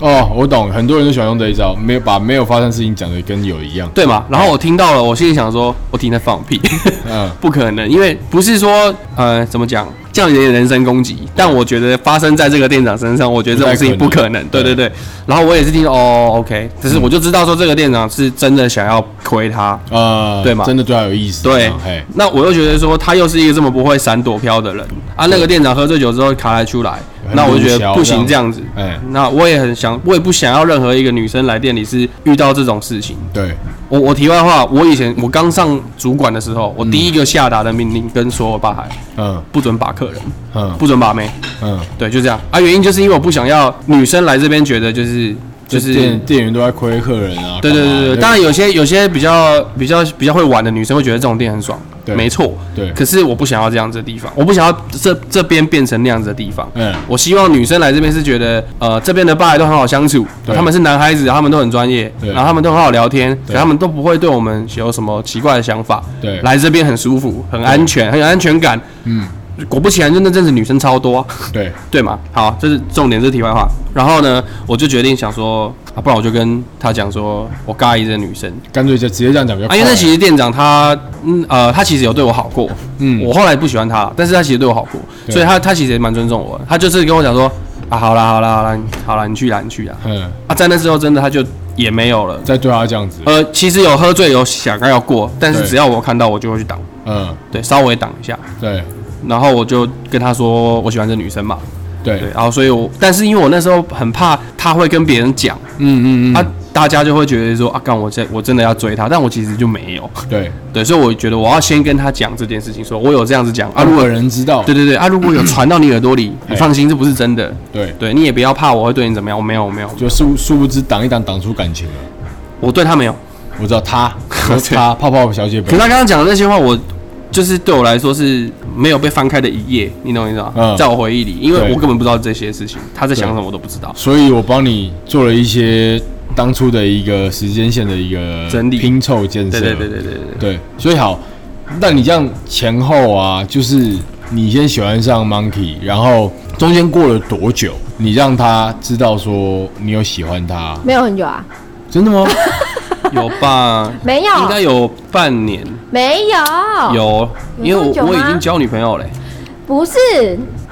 [SPEAKER 1] 哦，我懂，很多人都喜欢用这一招，没有把没有发生事情讲的跟有一样，
[SPEAKER 2] 对嘛？然后我听到了，我心里想说，我听他放屁，
[SPEAKER 1] 嗯，
[SPEAKER 2] 不可能，因为不是说呃怎么讲，这样有点人身攻击，但我觉得发生在这个店长身上，我觉得这种事情不
[SPEAKER 1] 不太可
[SPEAKER 2] 可
[SPEAKER 1] 能
[SPEAKER 2] 能，对对
[SPEAKER 1] 对
[SPEAKER 2] 对。然后我也是听说哦，OK，只是我就知道说这个店长是真的想要亏他，
[SPEAKER 1] 呃，
[SPEAKER 2] 对嘛
[SPEAKER 1] 真的对他有意思，
[SPEAKER 2] 对
[SPEAKER 1] 哦嘿，，
[SPEAKER 2] 那我又觉得说他又是一个这么不会闪躲飘的人啊。那个店长喝醉酒之后卡来出来，
[SPEAKER 1] 很
[SPEAKER 2] 那我就觉
[SPEAKER 1] 鲁
[SPEAKER 2] 得
[SPEAKER 1] 小
[SPEAKER 2] 不行这
[SPEAKER 1] 这
[SPEAKER 2] 样
[SPEAKER 1] 样
[SPEAKER 2] 子。
[SPEAKER 1] 哎，
[SPEAKER 2] 那我也很想，我也不想要任何一个女生来店里是遇到这种事情。
[SPEAKER 1] 对，
[SPEAKER 2] 我我题外话，我以前我刚上主管的时候，我第一个下达的命令跟所有吧台
[SPEAKER 1] 嗯
[SPEAKER 2] 不准把客人，
[SPEAKER 1] 嗯
[SPEAKER 2] 不准把妹，
[SPEAKER 1] 嗯，
[SPEAKER 2] 对，就这样啊。原因就是因为我不想要女生来这边觉得就是就
[SPEAKER 1] 就是
[SPEAKER 2] 是
[SPEAKER 1] 店店员都在亏客人啊，
[SPEAKER 2] 对对对对对，当
[SPEAKER 1] 然
[SPEAKER 2] 然有些有些比较比较比较会玩的女生会觉得这种店很爽，
[SPEAKER 1] 对
[SPEAKER 2] 没错。
[SPEAKER 1] 对
[SPEAKER 2] 可是我不想要这样子的地方，我不想要这这边变成那样子的地方。
[SPEAKER 1] 嗯
[SPEAKER 2] 我希望女生来这边是觉得，呃，这边的爸都很好相处，
[SPEAKER 1] 对
[SPEAKER 2] 他们是男孩子，他们都很专业，
[SPEAKER 1] 对
[SPEAKER 2] 然后他们都很好聊天，可
[SPEAKER 1] 对
[SPEAKER 2] 他们都不会对我们有什么奇怪的想法。
[SPEAKER 1] 对
[SPEAKER 2] 来这边很舒服，很安全，很有安全感。
[SPEAKER 1] 嗯，
[SPEAKER 2] 果不其然，就那阵子女生超多、啊
[SPEAKER 1] 对，
[SPEAKER 2] 对嘛？好，这是重点，这是题外话。然后呢，我就决定想说，啊，不然我就跟他讲说，我尬一这个女生。
[SPEAKER 1] 干脆就直接这样讲比较
[SPEAKER 2] 啊，
[SPEAKER 1] 快，
[SPEAKER 2] 因为那其实店长他，嗯呃，他其实有对我好过，
[SPEAKER 1] 嗯
[SPEAKER 2] 我后来不喜欢他了，但是他其实对我好过，
[SPEAKER 1] 对
[SPEAKER 2] 所以他他其实也蛮尊重我的。他就是跟我讲说，啊，好啦好啦好啦，好啦，你去啦你去啦。
[SPEAKER 1] 嗯，
[SPEAKER 2] 啊，在那之后真的他就也没有了。
[SPEAKER 1] 再对他这样子，
[SPEAKER 2] 呃，其实有喝醉有想要过，但是
[SPEAKER 1] 对
[SPEAKER 2] 只要我看到我就会去挡，
[SPEAKER 1] 嗯，
[SPEAKER 2] 对，稍微挡一下。
[SPEAKER 1] 对
[SPEAKER 2] 然后我就跟他说我喜欢这女生嘛，
[SPEAKER 1] 对
[SPEAKER 2] 对，，然后所以我，但是因为我那时候很怕他会跟别人讲，
[SPEAKER 1] 嗯嗯嗯，
[SPEAKER 2] 他大家就会觉得说啊，干我这我真的要追他，但我其实就没有。
[SPEAKER 1] 对，
[SPEAKER 2] 对，所以我觉得我要先跟他讲这件事情，说我有这样子讲啊，
[SPEAKER 1] 啊，
[SPEAKER 2] 如
[SPEAKER 1] 如
[SPEAKER 2] 果
[SPEAKER 1] 果人知道，
[SPEAKER 2] 对对对啊，如果有传到你耳朵里，你
[SPEAKER 1] 嗯哎
[SPEAKER 2] 放心，这不是真的。
[SPEAKER 1] 对，
[SPEAKER 2] 对你也不要怕我会对你怎么样，我没有我没有，
[SPEAKER 1] 就殊殊不知挡一挡挡出感情了。
[SPEAKER 2] 我对他没有。
[SPEAKER 1] 我知道他， 我知道他泡泡小姐
[SPEAKER 2] 可是
[SPEAKER 1] 本
[SPEAKER 2] 他刚刚讲的那些话，我就是对我来说是没有被翻开的一页，你懂我意思吗？
[SPEAKER 1] 嗯
[SPEAKER 2] 在我回忆里，因为
[SPEAKER 1] 对
[SPEAKER 2] 我根本不知道这些事情，他在想什么我都不知道。
[SPEAKER 1] 所以我帮你做了一些当初的一个时间线的一个
[SPEAKER 2] 整理
[SPEAKER 1] 拼凑建设。
[SPEAKER 2] 对对对对对对，
[SPEAKER 1] 对，所以好，那你这样前后啊，就是你先喜欢上 Monkey，然后中间过了多久，你让他知道说你有喜欢他，
[SPEAKER 3] 没有很久啊，
[SPEAKER 1] 真的吗？
[SPEAKER 2] 有吧？
[SPEAKER 3] 没有，
[SPEAKER 2] 应该有半年，
[SPEAKER 3] 没有，
[SPEAKER 2] 有，因为
[SPEAKER 3] 有这
[SPEAKER 2] 我
[SPEAKER 3] 么久
[SPEAKER 2] 我已
[SPEAKER 3] 吗
[SPEAKER 2] 经交女朋友嘞，欸
[SPEAKER 3] 不是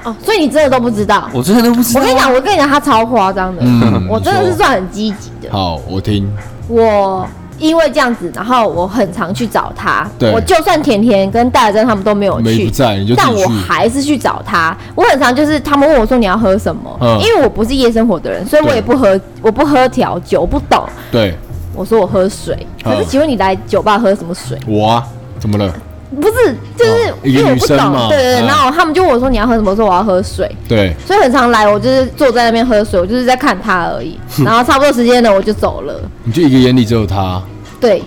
[SPEAKER 3] 哦，所以你真的都不知道。
[SPEAKER 2] 我真的都不知
[SPEAKER 3] 我
[SPEAKER 2] 道
[SPEAKER 3] 跟你
[SPEAKER 2] 啊。
[SPEAKER 3] 讲，我跟你讲，他超夸张的，
[SPEAKER 1] 嗯
[SPEAKER 3] 我真的
[SPEAKER 1] 你
[SPEAKER 3] 是
[SPEAKER 1] 说
[SPEAKER 3] 算很积极的。
[SPEAKER 1] 好，我听，
[SPEAKER 3] 我因为这样子，然后我很常去找他。
[SPEAKER 1] 对
[SPEAKER 3] 我就算甜甜跟大珍他们都没有
[SPEAKER 1] 没
[SPEAKER 3] 去，
[SPEAKER 1] 不在你就自己
[SPEAKER 3] 但我
[SPEAKER 1] 去
[SPEAKER 3] 还是去找他。我很常就是他们问我说你要喝什么，
[SPEAKER 1] 嗯
[SPEAKER 3] 因为我不是夜生活的人，所以我
[SPEAKER 1] 对
[SPEAKER 3] 也不喝，我不喝调酒，我不懂。
[SPEAKER 1] 对
[SPEAKER 3] 我说我喝水，
[SPEAKER 1] 嗯
[SPEAKER 3] 可是请问你来酒吧喝什么水？
[SPEAKER 1] 我啊，怎么了？
[SPEAKER 3] 不是，就是
[SPEAKER 1] 哦一个
[SPEAKER 3] 因为我
[SPEAKER 1] 女
[SPEAKER 3] 不
[SPEAKER 1] 生嘛
[SPEAKER 3] 懂，对对
[SPEAKER 1] 嗯
[SPEAKER 3] 对。然后他们就问我说你要喝什么，我说我要喝水。
[SPEAKER 1] 对，
[SPEAKER 3] 所以很常来，我就是坐在那边喝水，我就是在看他而已。然后差不多时间了，我就走了。
[SPEAKER 1] 你就一个眼里只有他，
[SPEAKER 3] 对，
[SPEAKER 1] 哦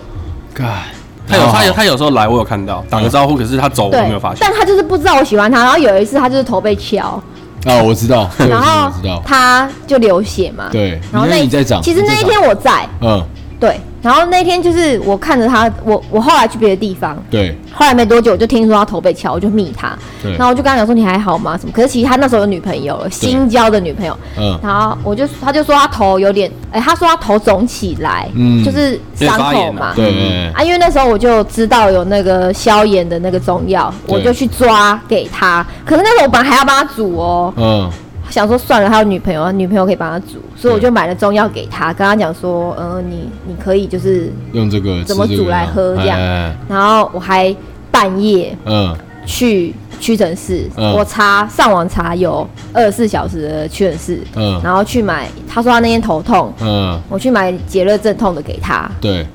[SPEAKER 1] God，
[SPEAKER 2] 他有他有
[SPEAKER 1] 他
[SPEAKER 2] 他有时候来，我有看到打个招呼，可是他走我
[SPEAKER 3] 对
[SPEAKER 2] 没有发，现。
[SPEAKER 3] 但他就是不知道我喜欢他。然后有一次，他就是头被敲，
[SPEAKER 1] 啊，我知道，这个
[SPEAKER 3] 然后
[SPEAKER 1] 我知道，
[SPEAKER 3] 他就流血嘛。
[SPEAKER 1] 对，
[SPEAKER 3] 然后
[SPEAKER 1] 因为
[SPEAKER 3] 那
[SPEAKER 1] 你在长，
[SPEAKER 3] 其实
[SPEAKER 1] 你在
[SPEAKER 3] 那一
[SPEAKER 1] 长
[SPEAKER 3] 天，我在，
[SPEAKER 1] 嗯，
[SPEAKER 3] 对。然后那天就是我看着他，我我后来去别的地方，
[SPEAKER 1] 对
[SPEAKER 3] 后来没多久我就听说他头被敲，我就密他，
[SPEAKER 1] 对
[SPEAKER 3] 然，后我就跟他讲说你还好吗？什么？可是其实他那时候有女朋友了，新交的女朋友。
[SPEAKER 1] 嗯，
[SPEAKER 3] 然后我就他就说他头有点，哎、他说他头肿起来，
[SPEAKER 1] 嗯
[SPEAKER 3] 就是伤
[SPEAKER 2] 有点发
[SPEAKER 3] 口
[SPEAKER 2] 炎
[SPEAKER 3] 嘛
[SPEAKER 2] 啊。
[SPEAKER 1] 对对，
[SPEAKER 3] 啊，因为那时候我就知道有那个消炎的那个中药，
[SPEAKER 1] 对
[SPEAKER 3] 我就去抓给他。可是那时候我本来还要帮他煮哦，
[SPEAKER 1] 嗯，
[SPEAKER 3] 想说算了，他有女朋友，女朋友可以帮他煮，所以我就买了中药给他，跟他讲说，嗯，你你可以就是，
[SPEAKER 1] 用这个
[SPEAKER 3] 怎么
[SPEAKER 1] 吃这
[SPEAKER 3] 煮
[SPEAKER 1] 个
[SPEAKER 3] 来喝这样
[SPEAKER 1] 哎哎哎
[SPEAKER 3] 然后我还半夜
[SPEAKER 1] 嗯，
[SPEAKER 3] 去屈臣氏，
[SPEAKER 1] 嗯
[SPEAKER 3] 我查上网查有二十四小时的屈臣氏，
[SPEAKER 1] 嗯
[SPEAKER 3] 然后去买，他说他那天头痛，
[SPEAKER 1] 嗯，
[SPEAKER 3] 我去买解热镇痛的给他，
[SPEAKER 1] 对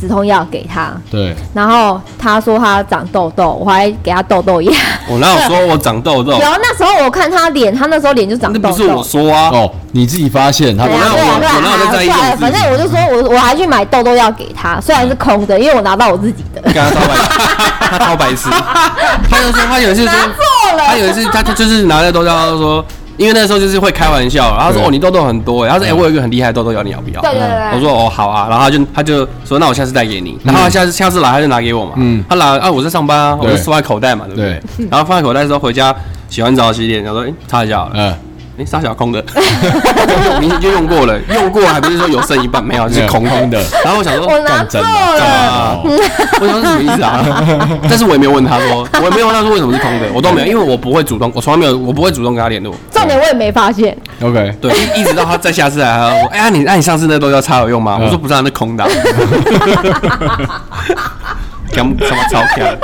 [SPEAKER 3] 止痛药给他，
[SPEAKER 1] 对，
[SPEAKER 3] 然后他说他长痘痘，我还给他痘痘药。
[SPEAKER 2] 我哪有说我长痘痘
[SPEAKER 3] 有？那时候我看他脸，他那时候脸就长
[SPEAKER 2] 哦那
[SPEAKER 3] 痘
[SPEAKER 2] 不
[SPEAKER 3] 痘。
[SPEAKER 2] 是我说啊，
[SPEAKER 1] 哦，你自己发现他
[SPEAKER 3] 对
[SPEAKER 1] 不
[SPEAKER 3] 啊，
[SPEAKER 1] 让
[SPEAKER 3] 对啊，
[SPEAKER 1] 我
[SPEAKER 3] 对啊，
[SPEAKER 2] 我哪有在在意这种
[SPEAKER 3] 对啊
[SPEAKER 2] 事情
[SPEAKER 3] 反正我就说我我还去买痘痘药给他，虽然是空的，因为我拿到我自己的，
[SPEAKER 2] 跟他超白痴，他超白痴。 他就说他有一次说，
[SPEAKER 3] 错
[SPEAKER 2] 他
[SPEAKER 3] 了。
[SPEAKER 2] 有一次他他就是拿着豆浆，他就说，因为那时候就是会开玩笑，然后说
[SPEAKER 1] 对
[SPEAKER 2] 哦你痘痘很多欸，他说哎我有一个很厉害的痘痘药，你要不要？
[SPEAKER 3] 对对对，
[SPEAKER 2] 我说哦好啊，然后他就他就说那我下次带给你，然后他下次下次来他就拿给我嘛，
[SPEAKER 1] 嗯
[SPEAKER 2] 他拿啊我在上班啊，我
[SPEAKER 1] 对
[SPEAKER 2] 就收在口袋嘛，对不对？然后放在口袋之后回家洗完澡洗脸，然后说哎擦一下好了，
[SPEAKER 1] 嗯，
[SPEAKER 2] 哎擦小空的，明显就用过了，用过还不是说有剩一半 没有，是
[SPEAKER 1] 没有
[SPEAKER 2] 空
[SPEAKER 1] 空
[SPEAKER 2] 的
[SPEAKER 1] 的。
[SPEAKER 2] 然后我想说
[SPEAKER 3] 我拿
[SPEAKER 1] 干
[SPEAKER 3] 错
[SPEAKER 1] 真的
[SPEAKER 3] 了。
[SPEAKER 1] 干嘛
[SPEAKER 2] 我想说什么意 思啊？但是我也没有问他说，我也没有问他说为什么是空的，我都没有，因为我不会主动，我从来没有，我不会主动跟他联络。
[SPEAKER 3] 重点我也没发现，
[SPEAKER 1] ？OK，
[SPEAKER 2] 对，一一直到他再下次来，他说：“哎、呀，你那、你上次那豆要擦有用吗？”
[SPEAKER 1] 嗯
[SPEAKER 2] 我说：“不是、啊，那 空的、啊。”干什么钞票？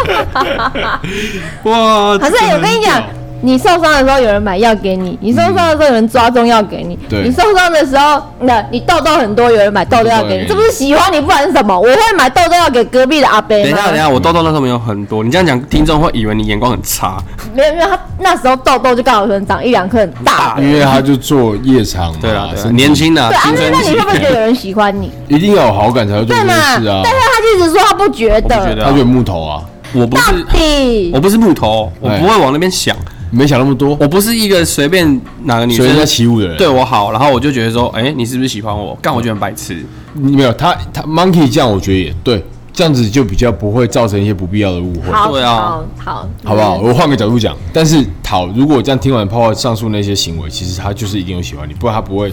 [SPEAKER 2] 哇！
[SPEAKER 3] 可是我跟你讲，你受伤的时候有人买药给你，你受伤的时候有人抓中药给你，
[SPEAKER 1] 对
[SPEAKER 3] 你受伤的时候，那你痘痘很多，有人买痘痘药
[SPEAKER 1] 痘痘
[SPEAKER 3] 给你，
[SPEAKER 1] 给你
[SPEAKER 3] 这不是喜欢你，不然是什么？我会买痘痘药给隔壁的阿伯吗？
[SPEAKER 2] 等一下，等一下，我痘痘那时候没有很多，你这样讲，听众会以为你眼光很差。
[SPEAKER 3] 没有没有，他那时候痘痘就刚好可能长一两颗很大的。
[SPEAKER 1] 因为他就做夜场嘛，
[SPEAKER 2] 对啦，对啦，
[SPEAKER 1] 身体
[SPEAKER 2] 年轻的、
[SPEAKER 3] 对啊，
[SPEAKER 2] 青
[SPEAKER 3] 那
[SPEAKER 2] 春
[SPEAKER 3] 那你
[SPEAKER 2] 期
[SPEAKER 3] 会，不会觉得有人喜欢 你？
[SPEAKER 1] 一定要有好感才会做
[SPEAKER 3] 对
[SPEAKER 1] 这
[SPEAKER 3] 嘛？
[SPEAKER 1] 件
[SPEAKER 3] 但
[SPEAKER 1] 事
[SPEAKER 3] 是
[SPEAKER 1] 啊，
[SPEAKER 3] 他就一直说他不觉
[SPEAKER 2] 我不觉
[SPEAKER 3] 得，
[SPEAKER 2] 得
[SPEAKER 1] 他觉得木头啊，
[SPEAKER 2] 我不
[SPEAKER 3] 到
[SPEAKER 2] 是，
[SPEAKER 3] 底
[SPEAKER 2] 我不是木头，哦我
[SPEAKER 1] 哎
[SPEAKER 2] 不会往那边想，
[SPEAKER 1] 没想那么多，
[SPEAKER 2] 我不是一个随便哪个女
[SPEAKER 1] 所以
[SPEAKER 2] 生
[SPEAKER 1] 在起舞的人，
[SPEAKER 2] 对我好，然后我就觉得说，哎、你是不是喜欢我？干，我觉得很白痴。
[SPEAKER 1] 你没有他他 Monkey 这样，我觉得也对，这样子就比较不会造成一些不必要的误会。
[SPEAKER 3] 好
[SPEAKER 2] 对啊，
[SPEAKER 3] 好好，
[SPEAKER 1] 好不好？？我换个角度讲，但是好，如果我这样听完泡泡上述那些行为，其实他就是一定有喜欢你，不然他不会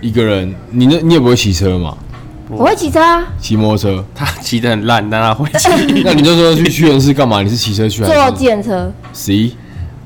[SPEAKER 1] 一个人。你那你也不会骑车嘛？
[SPEAKER 3] 我会骑车啊，
[SPEAKER 1] 骑摩托车？
[SPEAKER 2] 他骑得很烂，但他会 骑。
[SPEAKER 1] 那你那时候去屈臣氏干嘛？你是骑车去
[SPEAKER 3] 坐
[SPEAKER 1] 还是？
[SPEAKER 3] 电车，
[SPEAKER 1] 谁？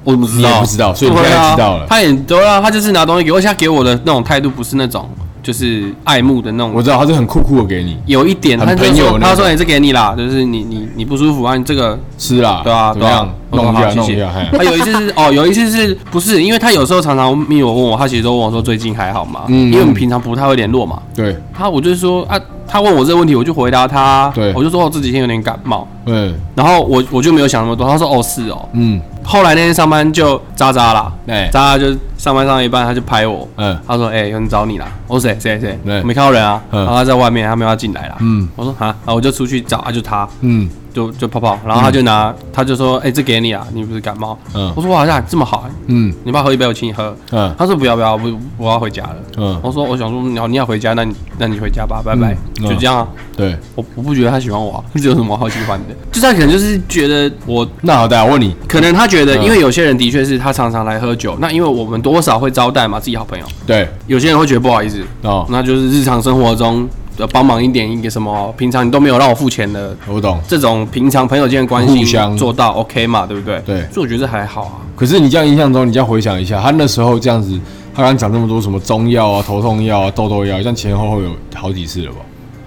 [SPEAKER 2] 我怎么知道？
[SPEAKER 1] 你也不知道所以你
[SPEAKER 2] 对啊
[SPEAKER 1] 现在知道了
[SPEAKER 2] 他也对啊，他就是拿东西给我，而且他给我的那种态度不是那种就是爱慕的那种
[SPEAKER 1] 我知道他是很酷酷的给你
[SPEAKER 2] 有一点，
[SPEAKER 1] 很
[SPEAKER 2] 他就
[SPEAKER 1] 朋友
[SPEAKER 2] 说
[SPEAKER 1] 那种
[SPEAKER 2] 他说也是给你啦，就是你你你不舒服啊，你这个
[SPEAKER 1] 吃啦，
[SPEAKER 2] 对啊
[SPEAKER 1] 怎
[SPEAKER 2] 对
[SPEAKER 1] 么
[SPEAKER 2] 啊
[SPEAKER 1] 样，
[SPEAKER 2] 我说
[SPEAKER 1] 弄一
[SPEAKER 2] 好
[SPEAKER 1] 下
[SPEAKER 2] 谢
[SPEAKER 1] 弄
[SPEAKER 2] 谢
[SPEAKER 1] 一下，嘿，
[SPEAKER 2] 他有一次是哦，有一次是不是？因为他有时候常常密我问我，他其实都问我说最近还好吗？
[SPEAKER 1] 嗯
[SPEAKER 2] 因为我们平常不太会联络嘛。
[SPEAKER 1] 对，
[SPEAKER 2] 他我就是说啊，他问我这个问题，我就回答他，
[SPEAKER 1] 对
[SPEAKER 2] 我就说我哦这几天有点感冒，
[SPEAKER 1] 嗯
[SPEAKER 2] 然后我我就没有想那么多。他说哦是哦，
[SPEAKER 1] 嗯
[SPEAKER 2] 后来那天上班就渣渣啦，
[SPEAKER 1] 哎
[SPEAKER 2] 渣渣就上班上到一半他就拍我，
[SPEAKER 1] 嗯
[SPEAKER 2] 他说哎、有人找你啦，我说谁谁谁，
[SPEAKER 1] 对
[SPEAKER 2] 我没看到人啊，
[SPEAKER 1] 嗯
[SPEAKER 2] 然后他在外面，他没有要进来啦，
[SPEAKER 1] 嗯
[SPEAKER 2] 我说啊，然后我就出去找，啊就他，
[SPEAKER 1] 嗯
[SPEAKER 2] 就就泡泡，然后他就拿，他就说，哎、这给你啊，你不是感冒？我
[SPEAKER 1] 嗯
[SPEAKER 2] 说哇，这这么好，
[SPEAKER 1] 嗯
[SPEAKER 2] 你爸喝一杯，我请你喝。
[SPEAKER 1] 嗯
[SPEAKER 2] 他说不要不要，我我要回家了。
[SPEAKER 1] 嗯，
[SPEAKER 2] 我说我想说，你要你要回家，那你那你回家吧，拜拜，
[SPEAKER 1] 嗯嗯
[SPEAKER 2] 就这样啊。
[SPEAKER 1] 对。
[SPEAKER 2] 我我不觉得他喜欢我、啊， 这有什么好喜欢的？就是他可能就是觉得我，
[SPEAKER 1] 那好，大家问你，
[SPEAKER 2] 可能他觉得，
[SPEAKER 1] 嗯
[SPEAKER 2] 因为有些人的确是他常常来喝酒，那因为我们多少会招待嘛，自己好朋友，
[SPEAKER 1] 对
[SPEAKER 2] 有些人会觉得不好意思，
[SPEAKER 1] 哦，
[SPEAKER 2] 那就是日常生活中呃帮忙一点一个什么，平常你都没有让我付钱的
[SPEAKER 1] 我懂。
[SPEAKER 2] 这种平常朋友间的关系
[SPEAKER 1] 互相
[SPEAKER 2] 做到 OK 嘛，对不对？
[SPEAKER 1] 对
[SPEAKER 2] 所以我觉得这还好啊。
[SPEAKER 1] 可是你这样印象中，你这样回想一下，他那时候这样子，他刚讲这么多什么中药啊、头痛药啊、痘痘药，像前后后有好几次了吧？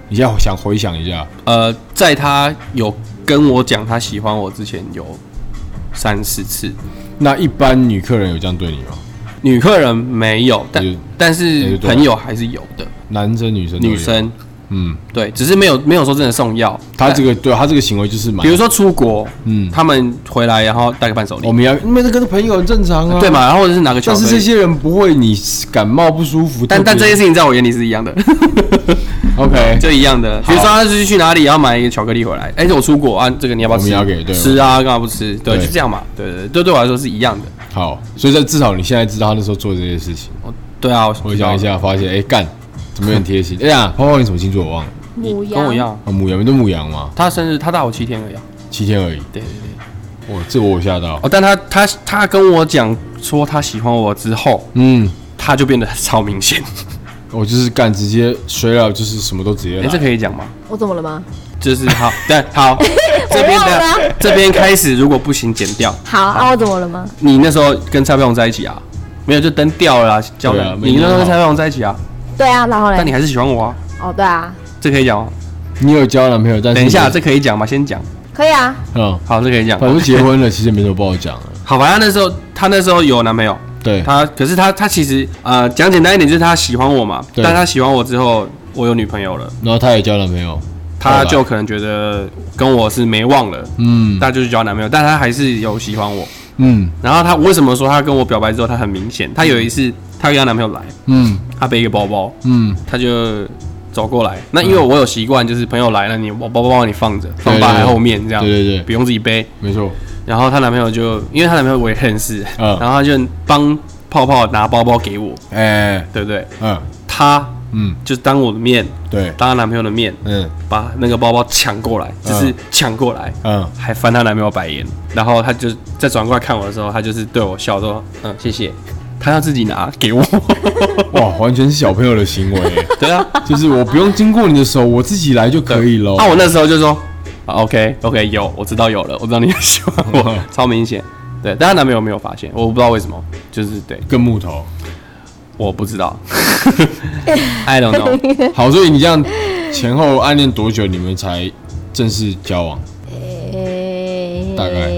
[SPEAKER 1] 你现在想回想一下，
[SPEAKER 2] 呃，在他有跟我讲他喜欢我之前，有三四次
[SPEAKER 1] 那一般女客人有这样对你吗？
[SPEAKER 2] 女客人没有，
[SPEAKER 1] 也
[SPEAKER 2] 但但
[SPEAKER 1] 也
[SPEAKER 2] 是
[SPEAKER 1] 是多
[SPEAKER 2] 朋友还是有的，
[SPEAKER 1] 男生、女生、
[SPEAKER 2] 女，生
[SPEAKER 1] 嗯，
[SPEAKER 2] 对，只是没有没有说真的送药。
[SPEAKER 1] 他这个对他这个行为就是蛮
[SPEAKER 2] 比，如说出国，
[SPEAKER 1] 嗯，
[SPEAKER 2] 他们回来然后带个伴手
[SPEAKER 1] 我
[SPEAKER 2] 礼，
[SPEAKER 1] 们要因为这跟朋友很正常啊，
[SPEAKER 2] 对？嘛，然后或者是拿个巧
[SPEAKER 1] 但
[SPEAKER 2] 克
[SPEAKER 1] 是这
[SPEAKER 2] 力。
[SPEAKER 1] 些人不会，你感冒不舒服，
[SPEAKER 2] 但
[SPEAKER 1] 特别
[SPEAKER 2] 但这些事情在我眼里是一样的，
[SPEAKER 1] OK，
[SPEAKER 2] 就一样的。比如说
[SPEAKER 1] 好
[SPEAKER 2] 他是去哪里，然后买一个巧克力回来，哎，我出国啊，这个你要不要
[SPEAKER 1] 我
[SPEAKER 2] 吃？
[SPEAKER 1] 们要给对
[SPEAKER 2] 吃啊，干嘛不吃？对，
[SPEAKER 1] 对
[SPEAKER 2] 就这样嘛。对对对，对对我来说是一样的。
[SPEAKER 1] 好，所以这至少你现在知道他那时候做这些事情。
[SPEAKER 2] 哦，对啊，我
[SPEAKER 1] 回想一，下，发现哎、干，怎么有点贴心？哎 呀，泡泡你什么星座我忘了，
[SPEAKER 3] 母羊
[SPEAKER 2] 跟我一，样，
[SPEAKER 1] 啊，母羊，你都母羊吗？
[SPEAKER 2] 他生日他大我七天而已啊、
[SPEAKER 1] 七天而已，
[SPEAKER 2] 对对对，
[SPEAKER 1] 哇，这我有吓到。啊
[SPEAKER 2] 哦，但他他他跟我讲说他喜欢我之后，
[SPEAKER 1] 嗯，
[SPEAKER 2] 他就变得超 明显。
[SPEAKER 1] 我就是干，直接水了，就是什么都直接
[SPEAKER 2] 哎、
[SPEAKER 1] 来。
[SPEAKER 2] 这可以讲吗？
[SPEAKER 3] 我怎么了吗？
[SPEAKER 2] 就是好， 对，好，这边
[SPEAKER 3] 我忘啊
[SPEAKER 2] 的这边开始，如果不行剪掉。
[SPEAKER 3] 好啊，我怎么了吗？
[SPEAKER 2] 你那时候跟蔡佩荣在一起啊？没有，就灯掉了啦，交
[SPEAKER 1] 对
[SPEAKER 2] 了。
[SPEAKER 1] 啊没
[SPEAKER 2] 你那时
[SPEAKER 1] 弄
[SPEAKER 2] 候跟
[SPEAKER 1] 好
[SPEAKER 2] 蔡佩荣在一起啊？
[SPEAKER 3] 对啊，然后
[SPEAKER 2] 但你
[SPEAKER 3] 嘞，
[SPEAKER 2] 还是喜欢我啊？
[SPEAKER 3] 哦，对啊，
[SPEAKER 2] 这可以讲吗？哦
[SPEAKER 1] 你有交男朋友，但是
[SPEAKER 2] 等一下，这可以讲吗？先讲，
[SPEAKER 3] 可以啊，
[SPEAKER 1] 嗯，
[SPEAKER 2] 好，这可以讲。
[SPEAKER 1] 反正结婚了，其实也没什么不好讲了。
[SPEAKER 2] 好，反正他那时候他那时候有男朋友，
[SPEAKER 1] 对，
[SPEAKER 2] 他可是他他其实呃讲简单一点就是他喜欢我嘛，
[SPEAKER 1] 对
[SPEAKER 2] 但他喜欢我之后，我有女朋友了，
[SPEAKER 1] 然后他也交男朋友，
[SPEAKER 2] 他就
[SPEAKER 1] 后来
[SPEAKER 2] 可能觉得跟我是没忘了，
[SPEAKER 1] 嗯
[SPEAKER 2] 那就是交男朋友，但他还是有喜欢我。
[SPEAKER 1] 嗯
[SPEAKER 2] 然后他为什么说他跟我表白之后，他很明显，他有一次他跟她男朋友来，
[SPEAKER 1] 嗯
[SPEAKER 2] 他背一个包包，
[SPEAKER 1] 嗯，
[SPEAKER 2] 他就走过来。那因为我有习惯，就是朋友来了，你我包包帮你放着，放吧
[SPEAKER 1] 对
[SPEAKER 2] 台后面这样，
[SPEAKER 1] 对对
[SPEAKER 2] 不
[SPEAKER 1] 对，
[SPEAKER 2] 用自己背。
[SPEAKER 1] 没错，
[SPEAKER 2] 然后她男朋友就因为她男朋友我也认识，
[SPEAKER 1] 嗯
[SPEAKER 2] 然后他就帮泡泡拿包包给我，
[SPEAKER 1] 哎、
[SPEAKER 2] 对不对？
[SPEAKER 1] 嗯
[SPEAKER 2] 她
[SPEAKER 1] 嗯，
[SPEAKER 2] 就当我的面，
[SPEAKER 1] 对，
[SPEAKER 2] 当她男朋友的面，
[SPEAKER 1] 嗯
[SPEAKER 2] 把那个包包抢过来，就是抢过来，
[SPEAKER 1] 嗯，
[SPEAKER 2] 还翻她男朋友白眼。然后她就再转过来看我的时候，她就是对我笑说：“嗯，谢 谢。”她要自己拿给我。
[SPEAKER 1] 哇，完全是小朋友的行为、 欸
[SPEAKER 2] 对 啊，
[SPEAKER 1] 就是我不用经过你的手，我自己来就可以喽。
[SPEAKER 2] 那、我那时候就说、啊、：“OK OK，有，我知道有了，我知道你很喜欢 我，超明显。”对，但她男朋友没有发现，我不知道为什么，就是对，
[SPEAKER 1] 跟木头。
[SPEAKER 2] 我不知道 ，I don't know。
[SPEAKER 1] 好，所以你这样前后暗恋多久，你们才正式交往？
[SPEAKER 3] 诶，
[SPEAKER 1] 大概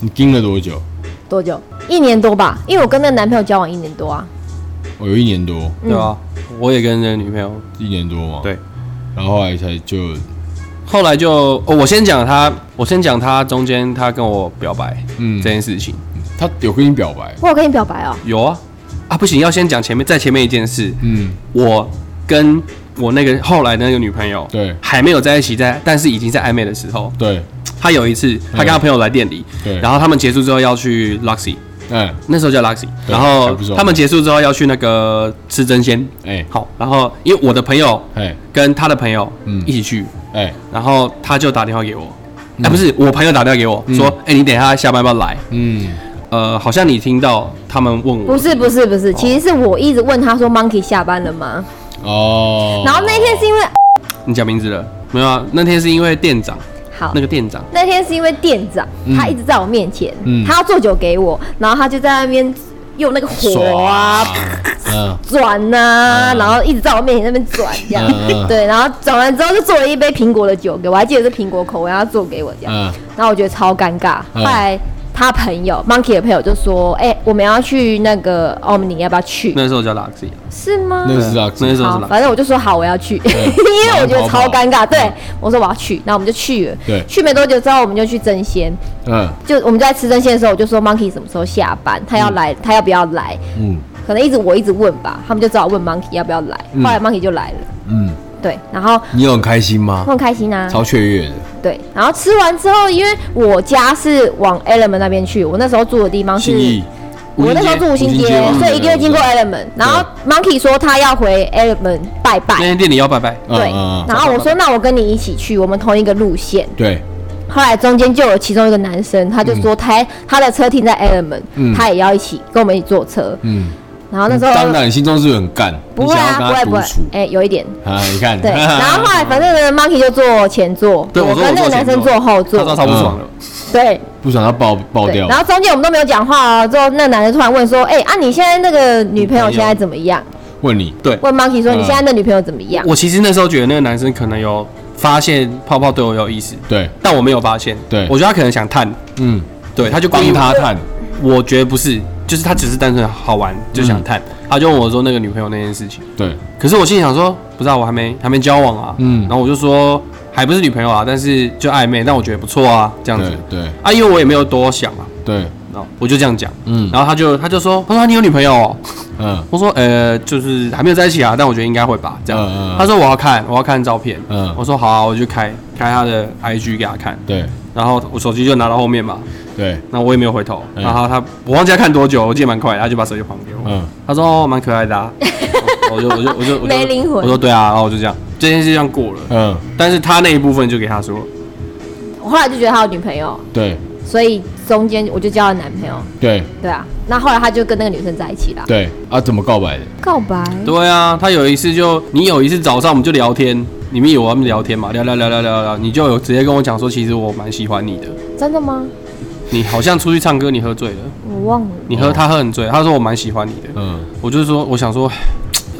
[SPEAKER 1] 你盯了多久？
[SPEAKER 3] 多久？一年多吧，因为我跟那个男朋友交往一年多啊。嗯
[SPEAKER 1] 我、哦有一年多，
[SPEAKER 2] 对啊，我也跟那个女朋友，
[SPEAKER 1] 一年多嘛。
[SPEAKER 2] 对。
[SPEAKER 1] 然后后来才就，
[SPEAKER 2] 后来就、哦、我先讲她，我先讲她中间她跟我表白、
[SPEAKER 1] 嗯
[SPEAKER 2] 这，件事情，
[SPEAKER 1] 他有跟你表白，
[SPEAKER 3] 我有跟你表白哦，
[SPEAKER 2] 有啊啊不行，要先讲前面，在前面一件事，
[SPEAKER 1] 嗯，
[SPEAKER 2] 我跟我那个后来的那个女朋友，
[SPEAKER 1] 对
[SPEAKER 2] 还没有在一起在，但是已经在暧昧的时候，
[SPEAKER 1] 对
[SPEAKER 2] 她有一次她跟她朋友来店里，
[SPEAKER 1] 嗯对，
[SPEAKER 2] 然后他们结束之后要去 Luxy，
[SPEAKER 1] 哎
[SPEAKER 2] 那时候叫 Luxy，
[SPEAKER 1] 对
[SPEAKER 2] 然
[SPEAKER 1] 还
[SPEAKER 2] 后
[SPEAKER 1] 不是我们
[SPEAKER 2] 他们结束之后要去那个吃真鲜，
[SPEAKER 1] 哎
[SPEAKER 2] 好，然后因为我的朋友
[SPEAKER 1] 哎
[SPEAKER 2] 跟他的朋友
[SPEAKER 1] 嗯嗯
[SPEAKER 2] 一起去，
[SPEAKER 1] 哎，
[SPEAKER 2] 然后他就打电话给我，哎、不是我朋友打电话给我、说，哎、你等一下下班要不要来？
[SPEAKER 1] 嗯，
[SPEAKER 2] 呃，好像你听到他们问我，
[SPEAKER 3] 不是不是不是，其实是我一直问他说 Monkey 下班了吗？
[SPEAKER 1] 哦。
[SPEAKER 3] 然后那天是因为
[SPEAKER 2] 你讲名字了没有啊？那天是因为店长，
[SPEAKER 3] 好
[SPEAKER 2] 那个店长，
[SPEAKER 3] 那天是因为店长
[SPEAKER 1] 嗯
[SPEAKER 3] 他一直在我面前
[SPEAKER 1] 嗯，
[SPEAKER 3] 他要做酒给我，然后他就在那边用那个火啊，
[SPEAKER 1] 嗯
[SPEAKER 3] 转呐、
[SPEAKER 1] 嗯
[SPEAKER 3] 然后一直在我面前那边转这样，
[SPEAKER 1] 嗯嗯
[SPEAKER 3] 对，然后转完之后就做了一杯苹果的酒给我，我还记得是苹果口味，他做给我这样，
[SPEAKER 1] 嗯
[SPEAKER 3] 然后我觉得超尴尬。
[SPEAKER 1] 嗯
[SPEAKER 3] 后来他朋友 Monkey 的朋友就说：“哎、我们要去那个欧姆尼，要不要去？
[SPEAKER 2] 那时候叫 Luxy，
[SPEAKER 3] 是吗？”
[SPEAKER 1] 那是嗯啊，
[SPEAKER 2] 那时候
[SPEAKER 3] 好
[SPEAKER 2] 是，Luxy，
[SPEAKER 3] 反正我就说好，我要去， 因为我觉得超尴尬。对，我说我要去，然后我们就去了。
[SPEAKER 1] 嗯对
[SPEAKER 3] 去没多久之后，我们就去争鲜。
[SPEAKER 1] 嗯
[SPEAKER 3] 就我们在吃争鲜的时候，我就说 Monkey 什么时候下班，他要来，他要不要来？
[SPEAKER 1] 嗯
[SPEAKER 3] 可能一直我一直问吧，他们就只好问 Monkey 要不要来。后来 Monkey 就来了，
[SPEAKER 1] 嗯，
[SPEAKER 3] 对，然后
[SPEAKER 1] 你有很开心吗
[SPEAKER 3] 我？很开心啊。
[SPEAKER 1] 超雀跃的，
[SPEAKER 3] 对，然后吃完之后，因为我家是往 Element 那边去，我那时候住的地方是
[SPEAKER 1] 信义，
[SPEAKER 3] 我那时候住
[SPEAKER 1] 五
[SPEAKER 3] 五
[SPEAKER 1] 星
[SPEAKER 3] 星
[SPEAKER 1] 街
[SPEAKER 3] 街
[SPEAKER 1] 五星街，
[SPEAKER 3] 所以一定会经过
[SPEAKER 1] 嘛
[SPEAKER 3] Element。然后 Monkey 说他要回 Element 拜拜
[SPEAKER 2] 那，天店里要拜拜，
[SPEAKER 1] 嗯
[SPEAKER 3] 对
[SPEAKER 1] 嗯，嗯，
[SPEAKER 3] 然后我说那我跟你一起去，我们同一个路线。
[SPEAKER 1] 对，
[SPEAKER 3] 后来中间就有其中一个男生，他就说他他的车停在 Element，
[SPEAKER 1] 嗯
[SPEAKER 3] 他也要一起跟我们一起坐车。
[SPEAKER 1] 嗯，
[SPEAKER 3] 然后那时
[SPEAKER 1] 当
[SPEAKER 3] 候
[SPEAKER 1] 然你心中是不是很干，
[SPEAKER 3] 呃不
[SPEAKER 1] 你
[SPEAKER 3] 会
[SPEAKER 1] 想要
[SPEAKER 3] 啊，
[SPEAKER 1] 跟
[SPEAKER 3] 不
[SPEAKER 1] 他
[SPEAKER 3] 会不
[SPEAKER 1] 独
[SPEAKER 3] 会
[SPEAKER 1] 处，
[SPEAKER 3] 哎，有一点。
[SPEAKER 1] 啊，你看，
[SPEAKER 3] 对，然后后来反正呢，Monkey 就坐前座，
[SPEAKER 2] 对我说
[SPEAKER 3] 跟那
[SPEAKER 2] 我坐
[SPEAKER 3] 个
[SPEAKER 2] 前
[SPEAKER 3] 男
[SPEAKER 2] 座
[SPEAKER 3] 生坐后
[SPEAKER 2] 他说
[SPEAKER 3] 座，
[SPEAKER 2] 超不
[SPEAKER 1] 嗯
[SPEAKER 2] 爽了，
[SPEAKER 3] 对，
[SPEAKER 1] 不想要爆爆
[SPEAKER 3] 对，
[SPEAKER 1] 掉
[SPEAKER 3] 然，后中间我们都没有讲话哦。之后那男的突然问说：“哎、啊，你现在那个女朋友现在怎么样
[SPEAKER 1] 问你，
[SPEAKER 2] 对？”。
[SPEAKER 3] 问 Monkey 说：“
[SPEAKER 1] 嗯
[SPEAKER 3] 你现在那女朋友怎么样
[SPEAKER 2] 我其实那时候觉得那个男生可能有发现泡泡对我有意思，
[SPEAKER 1] 对，
[SPEAKER 2] 但我没有发现。
[SPEAKER 1] 对
[SPEAKER 2] 我觉得他可能想探，
[SPEAKER 1] 嗯，
[SPEAKER 2] 对，他就故意
[SPEAKER 1] 帮他。探，
[SPEAKER 2] 我觉得不是，就是他只是单纯好玩，
[SPEAKER 1] 嗯
[SPEAKER 2] 就想探。他就问我说那个女朋友那件事情，
[SPEAKER 1] 对，
[SPEAKER 2] 可是我心里想说，不知道、我还没还没交往啊。
[SPEAKER 1] 嗯
[SPEAKER 2] 然后我就说还不是女朋友啊，但是就暧昧，但我觉得不错啊，这样子
[SPEAKER 1] 对，对，
[SPEAKER 2] 啊，因为我也没有多想啊，
[SPEAKER 1] 对，
[SPEAKER 2] 然后我就这样讲。
[SPEAKER 1] 嗯，
[SPEAKER 2] 然后他就他就说，他说你有女朋友、哦？
[SPEAKER 1] 嗯，
[SPEAKER 2] 我说呃，就是还没有在一起啊，但我觉得应该会吧，这样。
[SPEAKER 1] 嗯嗯嗯
[SPEAKER 2] 他说我要看，我要看照片。
[SPEAKER 1] 嗯
[SPEAKER 2] 我说好、啊，我就开开他的 IG 给他看，
[SPEAKER 1] 对，
[SPEAKER 2] 然后我手机就拿到后面嘛，
[SPEAKER 1] 对，
[SPEAKER 2] 那我也没有回头，
[SPEAKER 1] 嗯
[SPEAKER 2] 然后他我忘记他看多久，我记得蛮快的，他就把手机还给我，
[SPEAKER 1] 嗯，
[SPEAKER 2] 他说哦蛮可爱 的啊，我我就我就我就我就
[SPEAKER 3] 没灵魂
[SPEAKER 2] 我说对啊，然后我就这样，这件事就这样过了，
[SPEAKER 1] 嗯，
[SPEAKER 2] 但是他那一部分就给他说，？”
[SPEAKER 3] 我后来就觉得他有女朋友，
[SPEAKER 1] 对，
[SPEAKER 3] 所以中间我就交了男朋友。
[SPEAKER 1] 对，
[SPEAKER 3] 对啊，那后来他就跟那个女生在一起啦。
[SPEAKER 1] 对，啊，怎么告白的？
[SPEAKER 3] 告白，
[SPEAKER 2] 对啊，他有一次就你有一次早上我们就聊天，你们有我们聊天嘛，聊聊聊聊聊聊，你就有直接跟我讲说，其实我蛮喜欢你的，
[SPEAKER 3] 真的吗？
[SPEAKER 2] 你好像出去唱歌你喝醉了，
[SPEAKER 3] 我忘了。
[SPEAKER 2] 你喝
[SPEAKER 1] 哦
[SPEAKER 2] 他喝很醉，他说我蛮喜欢你的，
[SPEAKER 1] 嗯，
[SPEAKER 2] 我就是说我想说，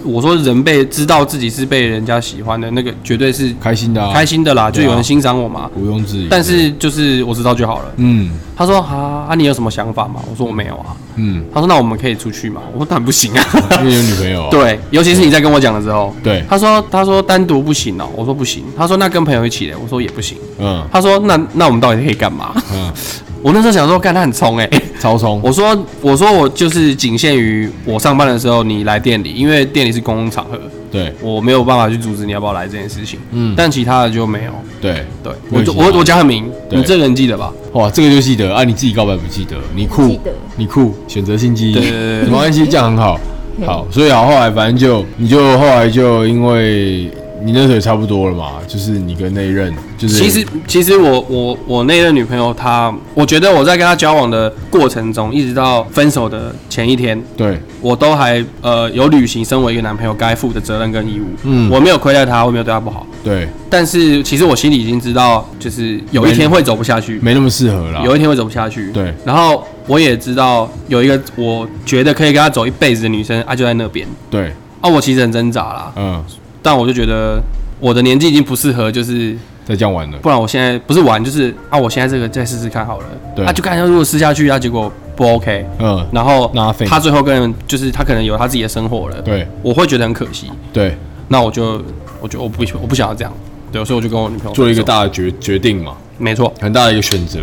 [SPEAKER 2] 我说人被知道自己是被人家喜欢的那个绝对是
[SPEAKER 1] 开心的啊，
[SPEAKER 2] 开心的啦，就
[SPEAKER 1] 对啊
[SPEAKER 2] 有人欣赏我嘛。
[SPEAKER 1] 毋庸置疑。
[SPEAKER 2] 但，是就是我知道就好了。
[SPEAKER 1] 嗯
[SPEAKER 2] 他说啊啊，你有什么想法吗？我说我没有啊。
[SPEAKER 1] 嗯，
[SPEAKER 2] 他说那我们可以出去吗？我说当然不行啊。
[SPEAKER 1] 因为有女朋友啊。
[SPEAKER 2] 对，尤其是你在跟我讲的时候，
[SPEAKER 1] 对，
[SPEAKER 2] 他说他说单独不行哦、我说不行。他说那跟朋友一起的，我说也不行。
[SPEAKER 1] 嗯
[SPEAKER 2] 他说那那我们到底可以干嘛？
[SPEAKER 1] 嗯，
[SPEAKER 2] 我那时候想说，干他很冲哎、
[SPEAKER 1] 超冲。
[SPEAKER 2] 我说我说我就是仅限于我上班的时候你来店里，因为店里是公共场合，
[SPEAKER 1] 对，
[SPEAKER 2] 我没有办法去阻止你要不要来这件事情。
[SPEAKER 1] 嗯，
[SPEAKER 2] 但其他的就没有。
[SPEAKER 1] 对，
[SPEAKER 2] 对
[SPEAKER 1] 没
[SPEAKER 2] 我
[SPEAKER 1] 有
[SPEAKER 2] 就
[SPEAKER 1] 其他
[SPEAKER 2] 我我讲很明，
[SPEAKER 1] 对
[SPEAKER 2] 你这个人记得吧？
[SPEAKER 1] 哇，这个就记得啊，你自己告白不记得，你
[SPEAKER 3] 不
[SPEAKER 1] 酷
[SPEAKER 3] 记得，
[SPEAKER 1] 你酷，选择性记忆，
[SPEAKER 2] 对对对对
[SPEAKER 1] 没关系，这样很好。好，所以好，后来反正就你就后来就因为你那时候也差不多了嘛，就是你跟那一任，就是
[SPEAKER 2] 其实其实我我我那任女朋友她，我觉得我在跟她交往的过程中，一直到分手的前一天，
[SPEAKER 1] 对，
[SPEAKER 2] 我都还呃有履行身为一个男朋友该负的责任跟义务。
[SPEAKER 1] 嗯
[SPEAKER 2] 我没有亏待她，我没有对她不好，
[SPEAKER 1] 对，
[SPEAKER 2] 但是其实我心里已经知道，就是有一天会走不下去，
[SPEAKER 1] 没那么适合啦。
[SPEAKER 2] 有一天会走不下去。
[SPEAKER 1] 对，
[SPEAKER 2] 然后我也知道有一个我觉得可以跟她走一辈子的女生，啊就在那边，
[SPEAKER 1] 对，
[SPEAKER 2] 啊我其实很挣扎啦，
[SPEAKER 1] 嗯，
[SPEAKER 2] 但我就觉得我的年纪已经不适合就是
[SPEAKER 1] 再这样玩了，
[SPEAKER 2] 不然我现在不是玩，就是啊，我现在这个再试试看好了。
[SPEAKER 1] 对
[SPEAKER 2] 啊，就看一下如果试下去，啊，结果不 OK，
[SPEAKER 1] 嗯，
[SPEAKER 2] 然后
[SPEAKER 1] Nothing
[SPEAKER 2] 他最后跟人就是他可能有他自己的生活了，
[SPEAKER 1] 对
[SPEAKER 2] 我会觉得很可惜。
[SPEAKER 1] 对，
[SPEAKER 2] 那我就我就我不我不想要这样，对，所以我就跟我女朋友
[SPEAKER 1] 做了一个
[SPEAKER 2] 分手，
[SPEAKER 1] 大的决决定嘛，
[SPEAKER 2] 没错，
[SPEAKER 1] 很大的一个选择。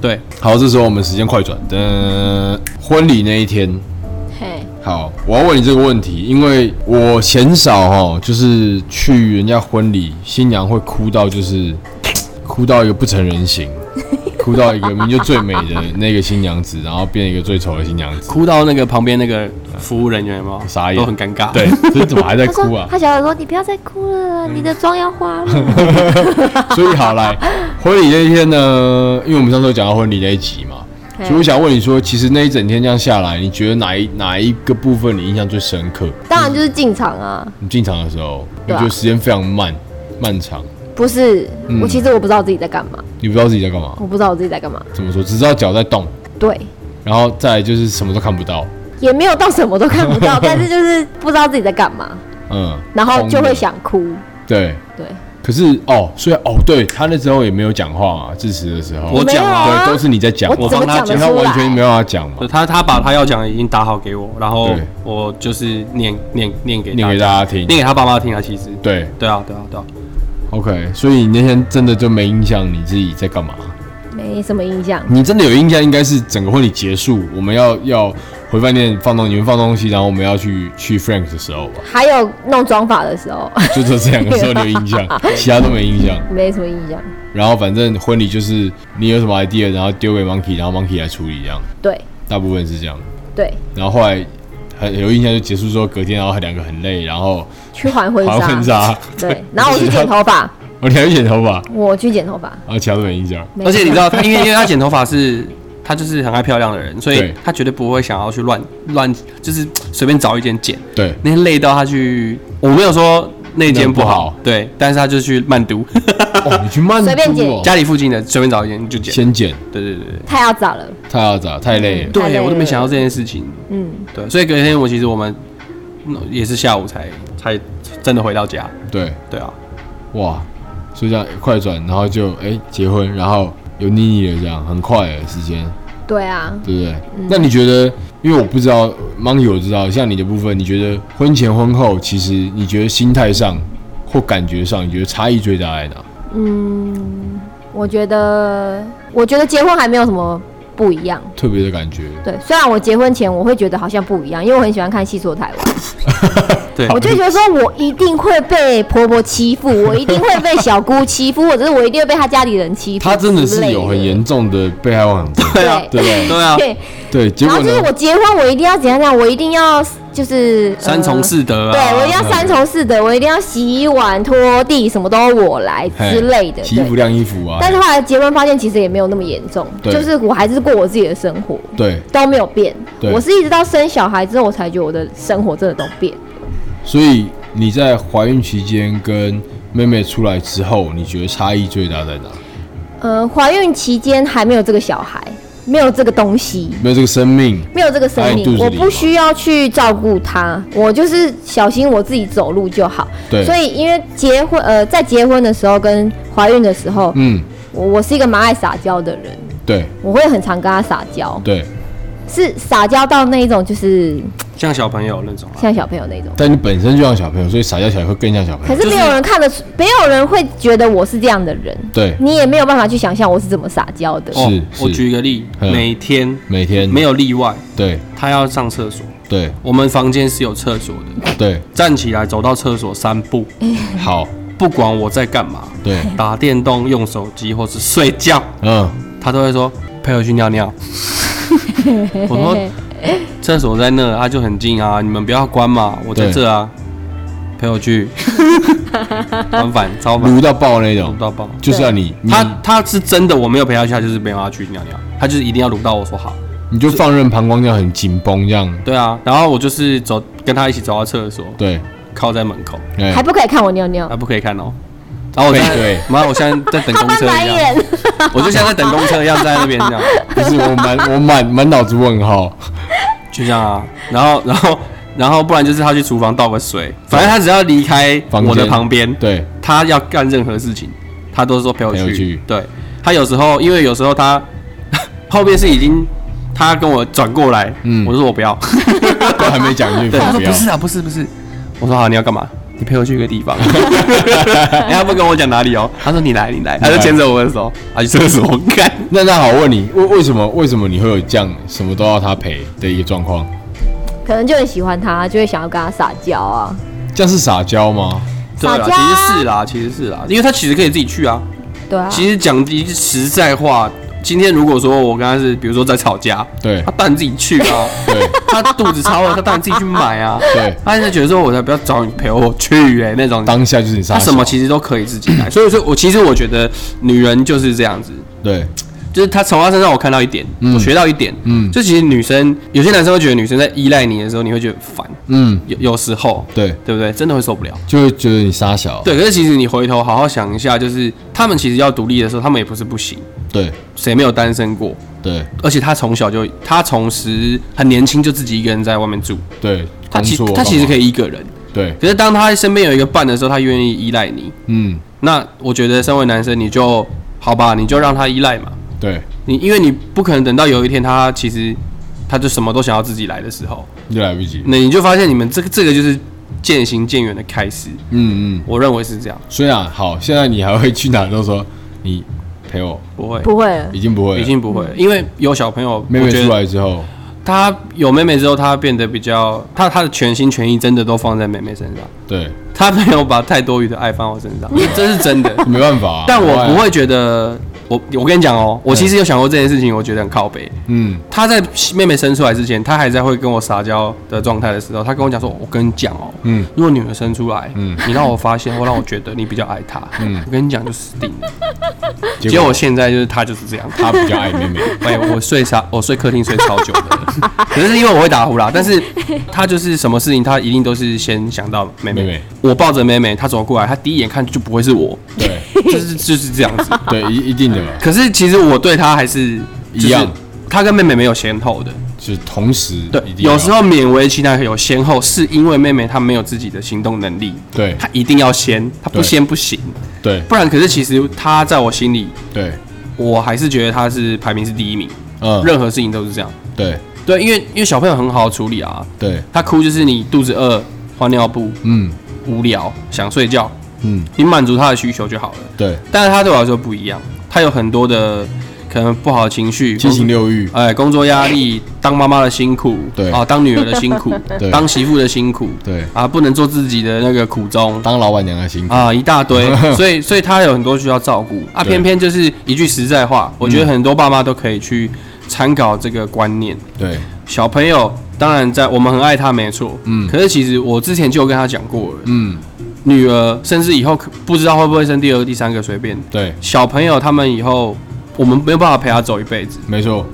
[SPEAKER 2] 对，
[SPEAKER 1] 好，这时候我们时间快转，噔，婚礼那一天，
[SPEAKER 3] 嘿，
[SPEAKER 1] 好，我要问你这个问题，因为我鲜少哦，就是去人家婚礼，新娘会哭到就是哭到一个不成人形， 哭到一个明明就最美的那个新娘子，然后变一个最丑的新娘子，
[SPEAKER 2] 哭到那个旁边那个服务人员有没有
[SPEAKER 1] 傻眼
[SPEAKER 2] 都很尴尬。
[SPEAKER 1] 对，这怎么还在
[SPEAKER 3] 他说
[SPEAKER 1] 哭啊？嗯
[SPEAKER 3] 他小时说你不要再哭了，你的妆要花 了。
[SPEAKER 1] 所以好来，婚礼那一天呢，因为我们上次有讲到婚礼那一集嘛，所以我想问你说，其实那一整天这样下来，你觉得哪一哪一个部分你印象最深刻？
[SPEAKER 3] 当然就是进场啊，
[SPEAKER 1] 你进场的时候，你
[SPEAKER 3] 对啊
[SPEAKER 1] 觉得时间非常慢漫长，
[SPEAKER 3] 不是、
[SPEAKER 1] 嗯
[SPEAKER 3] 我，其实我不知道自己在干嘛，
[SPEAKER 1] 你不知道自己在干嘛。
[SPEAKER 3] 我不知道我自己在干嘛。
[SPEAKER 1] 怎么说？只知道脚在动，
[SPEAKER 3] 对，
[SPEAKER 1] 然后再来就是什么都看不到，
[SPEAKER 3] 也没有到什么都看不 到，但是就是不知道自己在干嘛，
[SPEAKER 1] 嗯，
[SPEAKER 3] 然后就
[SPEAKER 1] 疯
[SPEAKER 3] 会
[SPEAKER 1] 了
[SPEAKER 3] 想哭。
[SPEAKER 1] 对。
[SPEAKER 3] 对，
[SPEAKER 1] 可是哦，所以哦，对他那时候也没有讲话啊嘛，致辞的时候，
[SPEAKER 2] 我讲啊
[SPEAKER 3] 没有
[SPEAKER 1] 对，都是你在讲，
[SPEAKER 3] 我
[SPEAKER 2] 我
[SPEAKER 3] 怎么
[SPEAKER 2] 帮他
[SPEAKER 3] 讲得
[SPEAKER 1] 他
[SPEAKER 2] 讲
[SPEAKER 3] 出
[SPEAKER 1] 完全没
[SPEAKER 3] 来？
[SPEAKER 1] 有要讲嘛，
[SPEAKER 2] 他他把他要讲的已经打好给我，然后
[SPEAKER 1] 对
[SPEAKER 2] 我就是念念念给
[SPEAKER 1] 念给
[SPEAKER 2] 家
[SPEAKER 1] 大家听。
[SPEAKER 2] 念给他爸妈听啊。其实
[SPEAKER 1] 对
[SPEAKER 2] 对啊对啊对啊，
[SPEAKER 1] ，OK，所以你那天真的就没印象你自己在干嘛？
[SPEAKER 3] 没什么印象。
[SPEAKER 1] 你真的有印象，应该是整个婚礼结束，我们要要回饭店放东，你们放东西，然后我们要去去 Frank 的时候吧，
[SPEAKER 3] 还有弄妆发的时候，
[SPEAKER 1] 就这这两个时候你有印 象，其他都没印象。
[SPEAKER 3] 没什么印象。
[SPEAKER 1] 然后反正婚礼就是你有什么 idea，然后丢给 Monkey，然后 Monkey 来处理这样，
[SPEAKER 3] 对
[SPEAKER 1] 大部分是这样。
[SPEAKER 3] 对，
[SPEAKER 1] 然后后来很有印象就结束之后，隔天然后两个很累，然后
[SPEAKER 3] 去还婚
[SPEAKER 1] 还
[SPEAKER 3] 纱。
[SPEAKER 1] 婚纱，
[SPEAKER 3] 对，然后我去剪头发，
[SPEAKER 1] 我还去剪头发，
[SPEAKER 3] 我去剪头发。
[SPEAKER 1] 然后其他都没印象。
[SPEAKER 3] 没
[SPEAKER 2] 而且你知道
[SPEAKER 3] 错
[SPEAKER 2] 他，因为因为他剪头发是。他就是很爱漂亮的人，所以
[SPEAKER 1] 对
[SPEAKER 2] 他绝对不会想要去乱乱，就是随便找一间剪。
[SPEAKER 1] 对，
[SPEAKER 2] 那天累到他去，我没有说那间不
[SPEAKER 1] 那不
[SPEAKER 2] 好
[SPEAKER 1] 好，
[SPEAKER 2] 对，但是他就去曼都
[SPEAKER 1] 哦，你去慢
[SPEAKER 3] 随便剪
[SPEAKER 2] 家里附近的随便找一间就剪。
[SPEAKER 1] 先剪，
[SPEAKER 2] 对对对对
[SPEAKER 3] 太要早了，
[SPEAKER 1] 太要早，太累了。
[SPEAKER 3] 太累
[SPEAKER 2] 对，我都没
[SPEAKER 3] 了
[SPEAKER 2] 想到这件事情。
[SPEAKER 3] 嗯，
[SPEAKER 2] 对，所以隔天我其实我们嗯也是下午才才真的回到家。
[SPEAKER 3] 嗯
[SPEAKER 1] 对，
[SPEAKER 2] 对啊，
[SPEAKER 1] 哇，所以这样快转，然后就哎、结婚，然后有妮妮了，这样很快的时间，
[SPEAKER 3] 对啊，
[SPEAKER 1] 对不对？那你觉得，因为我不知道 Monkey 我知道，像你的部分，你觉得婚前婚后，其实你觉得心态上或感觉上，你觉得差异最大在哪？
[SPEAKER 3] 我觉得，我觉得结婚还没有什么不一样。
[SPEAKER 1] 特别的感觉，
[SPEAKER 3] 对，虽然我结婚前我会觉得好像不一样，因为我很喜欢看《戏说台湾》，
[SPEAKER 2] 对，
[SPEAKER 3] 我就觉得说我一定会被婆婆欺负，我一定会被小姑欺负，或者是我一定会被她家里人欺负之类。
[SPEAKER 1] 他真的是有很严重的被害妄想症，
[SPEAKER 2] 对啊，
[SPEAKER 1] 对不对？
[SPEAKER 2] 对啊，
[SPEAKER 3] 对，
[SPEAKER 1] 对，结
[SPEAKER 3] 然
[SPEAKER 1] 果
[SPEAKER 3] 后就是
[SPEAKER 1] 呢
[SPEAKER 3] 我？结婚，我一定要怎样怎样，我一定要就是
[SPEAKER 2] 三从、四德
[SPEAKER 3] 呃
[SPEAKER 2] 啊，
[SPEAKER 3] 对我一定要三从四德，我一定要洗碗、拖地，什么都我来
[SPEAKER 1] 嘿
[SPEAKER 3] 之类的。
[SPEAKER 1] 洗衣服
[SPEAKER 3] 对，
[SPEAKER 1] 晾衣服啊，
[SPEAKER 3] 但是后来结婚发现其实也没有那么严重，
[SPEAKER 1] 对
[SPEAKER 3] 就是我还是过我自己的生活，
[SPEAKER 1] 对，
[SPEAKER 3] 都没有变。
[SPEAKER 1] 对
[SPEAKER 3] 我是一直到生小孩之后，我才觉得我的生活真的都变。
[SPEAKER 1] 所以你在怀孕期间跟妹妹出来之后，你觉得差异最大在哪？
[SPEAKER 3] 呃，怀孕期间还没有这个小孩，没有这个东西，
[SPEAKER 1] 没有这个生命，
[SPEAKER 3] 没有这个生
[SPEAKER 1] 哎肚
[SPEAKER 3] 命，
[SPEAKER 1] 子
[SPEAKER 3] 我
[SPEAKER 1] 里
[SPEAKER 3] 不
[SPEAKER 1] 嘛
[SPEAKER 3] 需要去照顾他，我就是小心我自己走路就好。
[SPEAKER 1] 对
[SPEAKER 3] 所以因为结婚，呃，在结婚的时候跟怀孕的时候，
[SPEAKER 1] 嗯，
[SPEAKER 3] 我我是一个蛮爱撒娇的人，
[SPEAKER 1] 对
[SPEAKER 3] 我会很常跟他撒娇，
[SPEAKER 1] 对，
[SPEAKER 3] 是撒娇到那一种就是
[SPEAKER 2] 像小朋友那种啊，
[SPEAKER 3] 像小朋友那种。
[SPEAKER 1] 但你本身就像小朋友，所以撒娇起来会更像小朋
[SPEAKER 3] 可
[SPEAKER 1] 友。
[SPEAKER 3] 是没有人看得出，没有人会觉得我是这样的人，
[SPEAKER 1] 对，
[SPEAKER 3] 你也没有办法去想象我是怎么撒娇的。
[SPEAKER 2] 哦
[SPEAKER 1] 是
[SPEAKER 2] 我
[SPEAKER 1] 是
[SPEAKER 2] 举一个例，
[SPEAKER 1] 嗯
[SPEAKER 2] 每天
[SPEAKER 1] 每天
[SPEAKER 2] 没有例外，
[SPEAKER 1] 对
[SPEAKER 2] 他要上厕所，
[SPEAKER 1] 对
[SPEAKER 2] 我们房间是有厕所的，
[SPEAKER 1] 对，
[SPEAKER 2] 站起来走到厕所三步，
[SPEAKER 1] 好
[SPEAKER 2] 不管我在干嘛，
[SPEAKER 1] 对，
[SPEAKER 2] 打电动、用手机或是睡觉，
[SPEAKER 1] 嗯，
[SPEAKER 2] 他都会说陪我去尿 尿。我说厕所在那，啊就很近啊，你们不要关嘛，我在
[SPEAKER 1] 对
[SPEAKER 2] 这啊，陪我去， 很反超反，
[SPEAKER 1] 撸到爆那种
[SPEAKER 2] 撸，到爆。
[SPEAKER 1] 就是要你你
[SPEAKER 2] 他他是真的，我没有陪他去，他就是没有要去尿尿，他就是一定要撸到我说好。
[SPEAKER 1] 你就放任膀胱这样很紧绷这样，
[SPEAKER 2] 对啊，然后我就是走跟他一起走到厕所，
[SPEAKER 1] 对，
[SPEAKER 2] 靠在门口，
[SPEAKER 3] 还
[SPEAKER 1] 哎，
[SPEAKER 3] 不可以看我尿尿
[SPEAKER 2] 他，不可以看哦。然后我在
[SPEAKER 1] 背对
[SPEAKER 2] 妈，我现在在等
[SPEAKER 3] 他
[SPEAKER 2] 公
[SPEAKER 3] 翻
[SPEAKER 2] 车
[SPEAKER 3] 白
[SPEAKER 2] 一样，
[SPEAKER 3] 眼，
[SPEAKER 2] 我就像在等公车一样在那边这样。
[SPEAKER 1] 不是我满我满满脑子问号，
[SPEAKER 2] 就这样啊。然后，然后，然后，不然就是他去厨房倒个水，反正他只要离开
[SPEAKER 1] 房间
[SPEAKER 2] 我的旁边，
[SPEAKER 1] 对
[SPEAKER 2] 他要干任何事情，他都是说陪我
[SPEAKER 1] 陪我
[SPEAKER 2] 去。
[SPEAKER 1] 去
[SPEAKER 2] 对他有时候，因为有时候他 后面是已经他跟我转过来，
[SPEAKER 1] 嗯
[SPEAKER 2] 我就说我不要，
[SPEAKER 1] 都还没讲就
[SPEAKER 2] 对，他
[SPEAKER 1] 不
[SPEAKER 2] 说
[SPEAKER 1] 要
[SPEAKER 2] 不，是啊，不是不是，我说好，你要干嘛？你陪我去一个地 方，然后他不跟我讲哪里哦，他说你来你来，他就牵着我的手，啊去厕所 干，
[SPEAKER 1] 那那好，我问你为为什么为什么你会有这样什么都要他陪的一个状况？
[SPEAKER 3] 可能就很喜欢他，就会想要跟他撒娇啊。
[SPEAKER 1] 这样是撒娇吗？
[SPEAKER 2] 对啦，
[SPEAKER 3] 撒娇啊
[SPEAKER 2] 其实是啦，其实是啦，因为他其实可以自己去啊，
[SPEAKER 3] 对啊，
[SPEAKER 2] 其实讲一句实在话，今天如果说我跟他是，比如说在吵架，
[SPEAKER 1] 对
[SPEAKER 2] 他当然自己去 啊，
[SPEAKER 1] 对
[SPEAKER 2] 他肚子超饿，他当然自己去买啊。
[SPEAKER 1] 对，
[SPEAKER 2] 他现在觉得说，我才不要找你陪我去哎、那种，
[SPEAKER 1] 当下就是你撒
[SPEAKER 2] 他什么
[SPEAKER 1] 娇
[SPEAKER 2] 其实都可以自己来。所以说我其实我觉得女人就是这样子，
[SPEAKER 1] 对
[SPEAKER 2] 就是她从她身上我看到一点，
[SPEAKER 1] 嗯
[SPEAKER 2] 我学到一点，
[SPEAKER 1] 嗯
[SPEAKER 2] 就其实女生有些男生会觉得女生在依赖你的时候，你会觉得很烦，
[SPEAKER 1] 嗯
[SPEAKER 2] 有有时候，
[SPEAKER 1] 对，
[SPEAKER 2] 对不对？真的会受不了。
[SPEAKER 1] 就会觉得你傻小。
[SPEAKER 2] 对，可是其实你回头好好想一下，就是他们其实要独立的时候，他们也不是不行，
[SPEAKER 1] 对
[SPEAKER 2] 谁没有单身过？
[SPEAKER 1] 对
[SPEAKER 2] 而且他从小就，他从时很年轻就自己一个人在外面住，
[SPEAKER 1] 对，
[SPEAKER 2] 他其
[SPEAKER 1] 工作
[SPEAKER 2] 他其实可
[SPEAKER 1] 以
[SPEAKER 2] 以一个人，
[SPEAKER 1] 对，
[SPEAKER 2] 可是当他身边有一个伴的时候，他愿意依赖你。
[SPEAKER 1] 嗯
[SPEAKER 2] 那我觉得身为男生，你就好吧，你就让他依赖嘛。
[SPEAKER 1] 对，
[SPEAKER 2] 你因为你不可能等到有一天他其实他就什么都想要自己来的时候，
[SPEAKER 1] 越来不及，
[SPEAKER 2] 那你就发现你们这个这个就是渐行渐远的开始。
[SPEAKER 1] 嗯嗯，
[SPEAKER 2] 我认为是这样，
[SPEAKER 1] 虽然好，现在你还会去哪都说你陪我，
[SPEAKER 2] 不会，
[SPEAKER 3] 不会了，
[SPEAKER 1] 已经不会了，
[SPEAKER 2] 已经不会，因为有小朋友，
[SPEAKER 1] 妹妹
[SPEAKER 2] 我觉
[SPEAKER 1] 出
[SPEAKER 2] 得
[SPEAKER 1] 来之后，
[SPEAKER 2] 他有妹妹之后，他变得比较，他他的全心全意真的都放在妹妹身上，
[SPEAKER 1] 对，
[SPEAKER 2] 他没有把太多余的爱放我身上， 这是真的。
[SPEAKER 1] 没办法啊，
[SPEAKER 2] 但我
[SPEAKER 1] 国外
[SPEAKER 2] 不，会觉得，我我跟你讲哦，我其实有想过这件事情，我觉得很靠北。
[SPEAKER 1] 嗯，
[SPEAKER 2] 他在妹妹生出来之前，他还在会跟我撒娇的状态的时候，他跟我讲说：“我跟你讲哦，
[SPEAKER 1] 嗯
[SPEAKER 2] 嗯，如果女儿生出来，
[SPEAKER 1] 嗯
[SPEAKER 2] 嗯，你让我发现，或让我觉得你比较爱她，
[SPEAKER 1] 嗯
[SPEAKER 2] 嗯，我跟你讲就死定了。”
[SPEAKER 1] 结
[SPEAKER 2] 结果
[SPEAKER 1] 果
[SPEAKER 2] 我现在就是他就是这样，
[SPEAKER 1] 他比较爱 妹妹，
[SPEAKER 2] 哎，我睡啥？我睡客厅睡超久的，可能是因为我会打呼啦。但是他就是什么事情，他一定都是先想到妹妹。
[SPEAKER 1] 妹妹
[SPEAKER 2] 我抱着妹妹，她走过来，她第一眼看就不会是我，
[SPEAKER 1] 对
[SPEAKER 2] 就是就是这样子。
[SPEAKER 1] 对，一一定的嘛，
[SPEAKER 2] 可是其实我对她还是
[SPEAKER 1] 一样，
[SPEAKER 2] 就是她跟妹妹没有先后的。
[SPEAKER 1] 就是同时
[SPEAKER 2] 对
[SPEAKER 1] 一，定要
[SPEAKER 2] 有时候勉为其难有先后，是因为妹妹她没有自己的行动能力，
[SPEAKER 1] 对
[SPEAKER 2] 她一定要先，她不
[SPEAKER 1] 对
[SPEAKER 2] 先不行。
[SPEAKER 1] 对
[SPEAKER 2] 不然，可是其实她在我心里，
[SPEAKER 1] 对，
[SPEAKER 2] 我还是觉得她是排名是第一名，
[SPEAKER 1] 嗯，
[SPEAKER 2] 任何事情都是这样。
[SPEAKER 1] 对
[SPEAKER 2] 对，因为因为小朋友很好处理啊，
[SPEAKER 1] 对，
[SPEAKER 2] 他哭就是你肚子饿、换尿布、
[SPEAKER 1] 嗯
[SPEAKER 2] 无聊、想睡觉，
[SPEAKER 1] 嗯，
[SPEAKER 2] 你满足他的需求就好了。
[SPEAKER 1] 对，
[SPEAKER 2] 但是他对我来说不一样，他有很多的可能不好的情绪，
[SPEAKER 1] 七情六欲，
[SPEAKER 2] 哎，工作压力，当妈妈的辛苦，
[SPEAKER 1] 对
[SPEAKER 2] 啊，当女儿的辛 苦
[SPEAKER 1] 对，
[SPEAKER 2] 当媳妇的辛苦，
[SPEAKER 1] 对，
[SPEAKER 2] 啊，不能做自己的那个苦衷。
[SPEAKER 1] 当老板娘的辛苦，
[SPEAKER 2] 啊，一大堆， 所以所以他有很多需要照顾啊。
[SPEAKER 1] 对
[SPEAKER 2] 偏偏就是一句实在话，我觉得很多爸妈都可以去参考这个观念。
[SPEAKER 1] 对
[SPEAKER 2] 小朋友当然在，我们很爱他，没错，
[SPEAKER 1] 嗯
[SPEAKER 2] 嗯。可是其实我之前就有跟他讲过了，
[SPEAKER 1] 嗯
[SPEAKER 2] 女儿甚至以后可不知道会不会生第二个、第三个，随便。
[SPEAKER 1] 对，
[SPEAKER 2] 小朋友他们以后，我们没有办法陪他走一辈子，
[SPEAKER 1] 没错，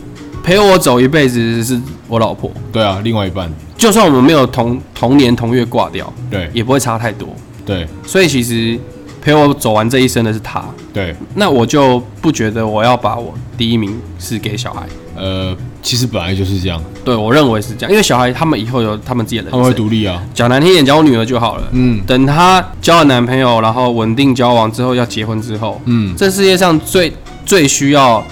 [SPEAKER 2] 陪我走一辈子是我老婆。
[SPEAKER 1] 对啊，另外一半，
[SPEAKER 2] 就算我们没有同同年同月挂掉，
[SPEAKER 1] 对
[SPEAKER 2] 也不会差太多。
[SPEAKER 1] 对
[SPEAKER 2] 所以其实陪我走完这一生的是他，
[SPEAKER 1] 对，
[SPEAKER 2] 那我就不觉得我要把我第一名是给小孩。
[SPEAKER 1] 呃，其实本来就是这样，
[SPEAKER 2] 对我认为是这样，因为小孩他们以后有他们自己的人
[SPEAKER 1] 他
[SPEAKER 2] 生，
[SPEAKER 1] 们会独立啊，
[SPEAKER 2] 讲难听一点，讲我女儿就好了。
[SPEAKER 1] 嗯
[SPEAKER 2] 等她交了男朋友，然后稳定交往之后，要结婚之后，
[SPEAKER 1] 嗯，
[SPEAKER 2] 这世界上最最需要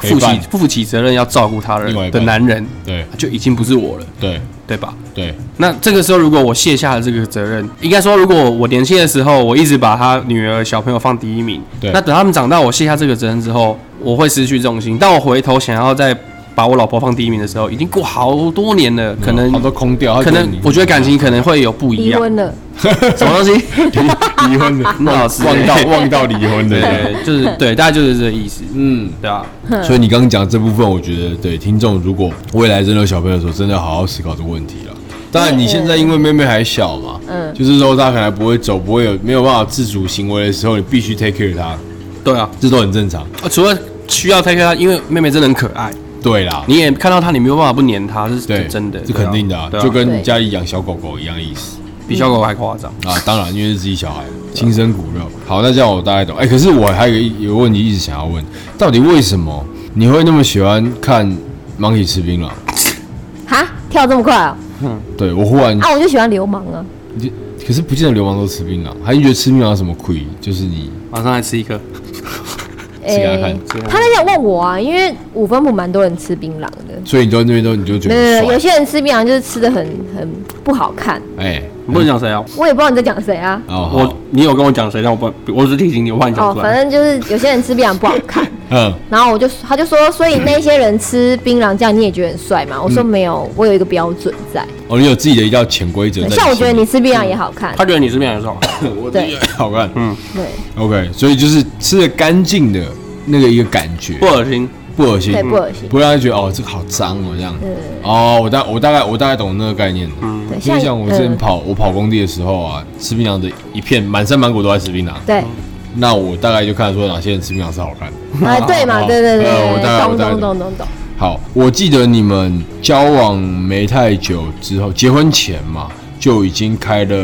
[SPEAKER 1] 陪
[SPEAKER 2] 负
[SPEAKER 1] 伴
[SPEAKER 2] 起负起责任要照顾他人
[SPEAKER 1] 另外一
[SPEAKER 2] 的
[SPEAKER 1] 半
[SPEAKER 2] 男人，
[SPEAKER 1] 对
[SPEAKER 2] 就已经不是我了，
[SPEAKER 1] 对
[SPEAKER 2] 对吧？
[SPEAKER 1] 对
[SPEAKER 2] 那这个时候，如果我卸下了这个责任，应该说，如果我年轻的时候，我一直把他女儿、小朋友放第一名，
[SPEAKER 1] 对
[SPEAKER 2] 那等他们长大，我卸下这个责任之后，我会失去重心。当我回头想要再把我老婆放第一名的时候，已经过好多年了，可能
[SPEAKER 1] 他都空掉，
[SPEAKER 2] 可能我觉得感情可能会有不一
[SPEAKER 3] 离
[SPEAKER 2] 样。
[SPEAKER 3] 婚了，
[SPEAKER 2] 什么东西？
[SPEAKER 1] 离离 婚的，
[SPEAKER 2] 老师
[SPEAKER 1] 忘到忘到离婚的
[SPEAKER 2] 对，对，就是对，大概就是这个意思，
[SPEAKER 1] 嗯。
[SPEAKER 2] 对啊，
[SPEAKER 1] 所以你刚刚讲这部分，我觉得对听众，如果未来真的有小朋友的时候，真的要好好思考这个问题了。当然，你现在因为妹妹还小嘛，
[SPEAKER 3] 嗯
[SPEAKER 1] 就是说她可能还不会走，不会有没有办法自主行为的时候，你必须 take care 她，
[SPEAKER 2] 对啊。
[SPEAKER 1] 这都很正常。
[SPEAKER 2] 呃除了需要 take care 她，因为妹妹真的很可爱，
[SPEAKER 1] 对啦，
[SPEAKER 2] 你也看到她，你没有办法不黏她，这
[SPEAKER 1] 对
[SPEAKER 2] 是真的，
[SPEAKER 1] 这
[SPEAKER 2] 对啊
[SPEAKER 1] 肯定的啊，
[SPEAKER 2] 对啊
[SPEAKER 1] 就跟你
[SPEAKER 3] 对
[SPEAKER 1] 家里养小狗狗一样意思
[SPEAKER 2] 比小狗还夸张。
[SPEAKER 1] 啊。当然，因为是自己小孩，亲生骨肉。好，那这样我大概懂。哎、可是我还有一有个问题一直想要问，到底为什么你会那么喜欢看《Monkey 吃槟榔》？
[SPEAKER 3] 哈，跳这么快啊？
[SPEAKER 1] 对我忽然
[SPEAKER 3] 啊，我就喜欢流氓啊，
[SPEAKER 1] 你可是不见得流氓都吃槟榔，还是觉得吃槟榔有什么亏？就是你
[SPEAKER 2] 马上来吃一颗，
[SPEAKER 1] 吃给他看，
[SPEAKER 3] 他那天有问我啊，因为五分埔蛮多人吃槟榔的。
[SPEAKER 1] 所以你就那边都你就觉
[SPEAKER 3] 没有没
[SPEAKER 1] 得
[SPEAKER 3] 有，有
[SPEAKER 1] 很帅。
[SPEAKER 3] 些人吃槟榔就是吃的很很不好看，
[SPEAKER 1] 哎，
[SPEAKER 2] 你不能讲谁啊？
[SPEAKER 3] 我也不知道你在讲谁啊。
[SPEAKER 1] 哦，
[SPEAKER 2] 我
[SPEAKER 1] 好，
[SPEAKER 2] 你有跟我讲谁，但我不，我只是提醒你，我怕你
[SPEAKER 3] 哦
[SPEAKER 2] 讲，出
[SPEAKER 3] 反
[SPEAKER 2] 来。
[SPEAKER 3] 正就是有些人吃槟榔不好看，
[SPEAKER 1] 嗯，
[SPEAKER 3] 然后我就他就说，所以那些人吃槟榔这样你也觉得很帅吗？我说没有，我有一个标准在。
[SPEAKER 1] 哦，你有自己的一道潜规则在心里。
[SPEAKER 3] 像我觉得你吃槟榔也好看，
[SPEAKER 2] 他觉得你是面的时候，
[SPEAKER 1] 我自己也 好看，嗯
[SPEAKER 3] 对
[SPEAKER 1] ，OK，所以就是吃的干净的那个一个感觉
[SPEAKER 2] 不，恶心，
[SPEAKER 1] 不恶心
[SPEAKER 3] 对，，不恶心。
[SPEAKER 1] 不会让人觉得哦这个好脏哦这样。
[SPEAKER 3] 对嗯
[SPEAKER 1] 哦，我大我大概我大概懂那个概念了。
[SPEAKER 3] 对，
[SPEAKER 1] 就
[SPEAKER 3] 像
[SPEAKER 1] 像我之前
[SPEAKER 3] 嗯
[SPEAKER 1] 跑我跑工地的时候啊，吃槟榔的一片满山满谷都在吃槟榔，
[SPEAKER 3] 对，
[SPEAKER 1] 那我大概就看得出哪些人吃槟榔是好看的。
[SPEAKER 3] 哎对嘛，对对对，
[SPEAKER 1] 啊呃我大概我
[SPEAKER 3] 懂
[SPEAKER 1] 大概
[SPEAKER 3] 懂懂懂懂，
[SPEAKER 1] 好，我记得你们交往没太久之后，结婚前嘛，就已经开了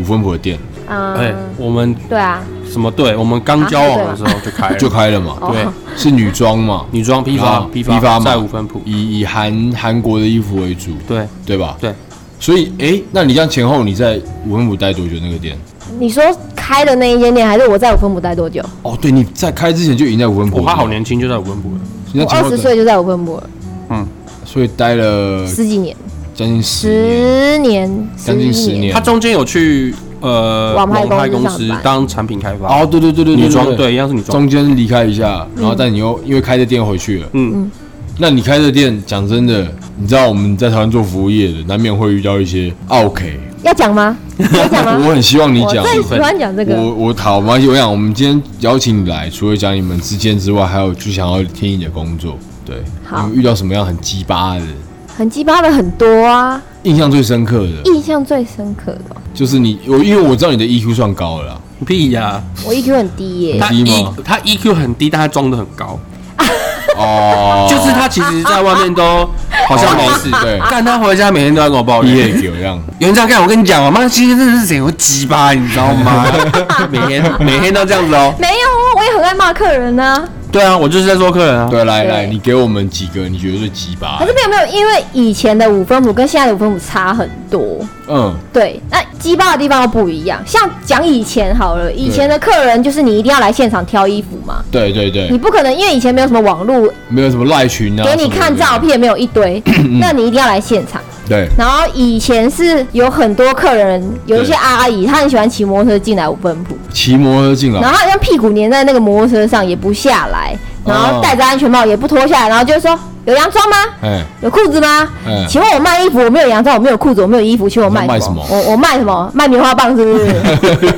[SPEAKER 1] 五分婆的店。
[SPEAKER 3] 啊
[SPEAKER 2] 哎，我们
[SPEAKER 3] 对啊，
[SPEAKER 2] 什么队，我们刚交往的时候就开了，
[SPEAKER 1] 就开了嘛，
[SPEAKER 2] 对
[SPEAKER 3] 哦
[SPEAKER 1] 是女装嘛，
[SPEAKER 2] 女装批
[SPEAKER 1] 然
[SPEAKER 2] 发
[SPEAKER 1] 后
[SPEAKER 2] 批
[SPEAKER 1] 批发
[SPEAKER 2] 发
[SPEAKER 1] 嘛
[SPEAKER 2] 在五分铺，
[SPEAKER 1] 以以韩韩国的衣服为主，
[SPEAKER 2] 对
[SPEAKER 1] 对吧？
[SPEAKER 2] 对，
[SPEAKER 1] 所以哎、诶那你这样前后你在五分埔待多久那个店？
[SPEAKER 3] 你说开的那一间店，还是我在我分埔待多久？
[SPEAKER 1] 哦，对，你在开之前就已经在五分埔
[SPEAKER 2] 我
[SPEAKER 1] 了，
[SPEAKER 2] 妈好年轻就在五分铺了，
[SPEAKER 1] 你
[SPEAKER 3] 我
[SPEAKER 1] 在前呃
[SPEAKER 3] 二
[SPEAKER 1] 后
[SPEAKER 3] 十
[SPEAKER 1] 等
[SPEAKER 3] 岁就在我分埔了，
[SPEAKER 1] 所以待了
[SPEAKER 3] 十几年，
[SPEAKER 1] 将近十年，
[SPEAKER 3] 十年，
[SPEAKER 1] 将近十
[SPEAKER 3] 一年。
[SPEAKER 1] 年
[SPEAKER 2] 她。中间有去呃
[SPEAKER 3] 网拍公司
[SPEAKER 2] 公司
[SPEAKER 3] 上班
[SPEAKER 2] 当产品开发，
[SPEAKER 1] 哦，对对对对，对
[SPEAKER 2] 女装
[SPEAKER 1] 对
[SPEAKER 2] 对，一样是女装，
[SPEAKER 1] 中间离开一下，
[SPEAKER 3] 嗯
[SPEAKER 1] 然后但你又因为开的店回去了。
[SPEAKER 2] 嗯，
[SPEAKER 1] 那你开的店，讲真的，你知道我们在台湾做服务业的，难免会遇到一些 OK。
[SPEAKER 3] 要讲 吗？要讲吗？
[SPEAKER 1] 我很希望你
[SPEAKER 3] 我
[SPEAKER 1] 讲，
[SPEAKER 3] 最喜欢讲这个。
[SPEAKER 1] 我我好，没关系。我想我们今天邀请你来，除了讲你们之间之外，还有就想要听你的工作。对，
[SPEAKER 3] 好
[SPEAKER 1] 你们遇到什么样很鸡巴的，
[SPEAKER 3] 很鸡巴的很多啊，
[SPEAKER 1] 印象最深刻的，
[SPEAKER 3] 印象最深刻的哦，
[SPEAKER 1] 就是你我，因为我知道你的 EQ 算高 了啦，
[SPEAKER 2] 屁呀，
[SPEAKER 3] 我 EQ 很低耶、
[SPEAKER 2] 她
[SPEAKER 1] 低
[SPEAKER 2] E
[SPEAKER 1] 吗
[SPEAKER 2] 她 EQ 很低，但她装的很高，
[SPEAKER 1] 哦，
[SPEAKER 2] 就是她其实在外面都好像没事，
[SPEAKER 1] 对
[SPEAKER 2] 但她回家每天都在跟我抱
[SPEAKER 1] 哦毕
[SPEAKER 2] 怨
[SPEAKER 1] 业。酒这 样。
[SPEAKER 2] 有人这样干，我跟你讲哦，妈，今天真的是整个鸡巴，你知道 吗？每天每天都这样子哦。
[SPEAKER 3] 没有啊，我也很爱骂客人啊。
[SPEAKER 2] 对啊，我就是在说客人啊。
[SPEAKER 1] 对，来来，
[SPEAKER 3] 对
[SPEAKER 1] 你给我们几个你觉得最鸡巴的？
[SPEAKER 3] 可是没有没有，因为以前的五分母跟现在的五分母差很多。
[SPEAKER 1] 嗯，
[SPEAKER 3] 对，那鸡巴的地方又不一样。像讲以前好了，以前的客人就是你一定要来现场挑衣服嘛，
[SPEAKER 1] 对对对
[SPEAKER 3] 你，不可能因为以前没有什么网络，
[SPEAKER 1] 没有什么赖群啊，
[SPEAKER 3] 给你
[SPEAKER 1] 什么的
[SPEAKER 3] 看照，片没有一堆， 那你一定要来现场。
[SPEAKER 1] 对，
[SPEAKER 3] 然后以前是有很多客人，有一些
[SPEAKER 1] 对
[SPEAKER 3] 阿姨，她很喜欢骑摩托车进来五分埔，
[SPEAKER 1] 骑摩托车进
[SPEAKER 3] 然
[SPEAKER 1] 来，
[SPEAKER 3] 后他好像屁股粘在那个摩托车上也不下来，然后戴着安全帽也不脱下来，然后就说有洋装吗？
[SPEAKER 1] 哎，
[SPEAKER 3] 有裤子吗？
[SPEAKER 1] 嗯
[SPEAKER 3] 请问我卖衣服，我没有洋装，我没有裤子，我没有衣服，请问我卖
[SPEAKER 1] 你要卖
[SPEAKER 3] 什么？
[SPEAKER 1] 什
[SPEAKER 3] 我我卖什么？卖棉花棒是不是？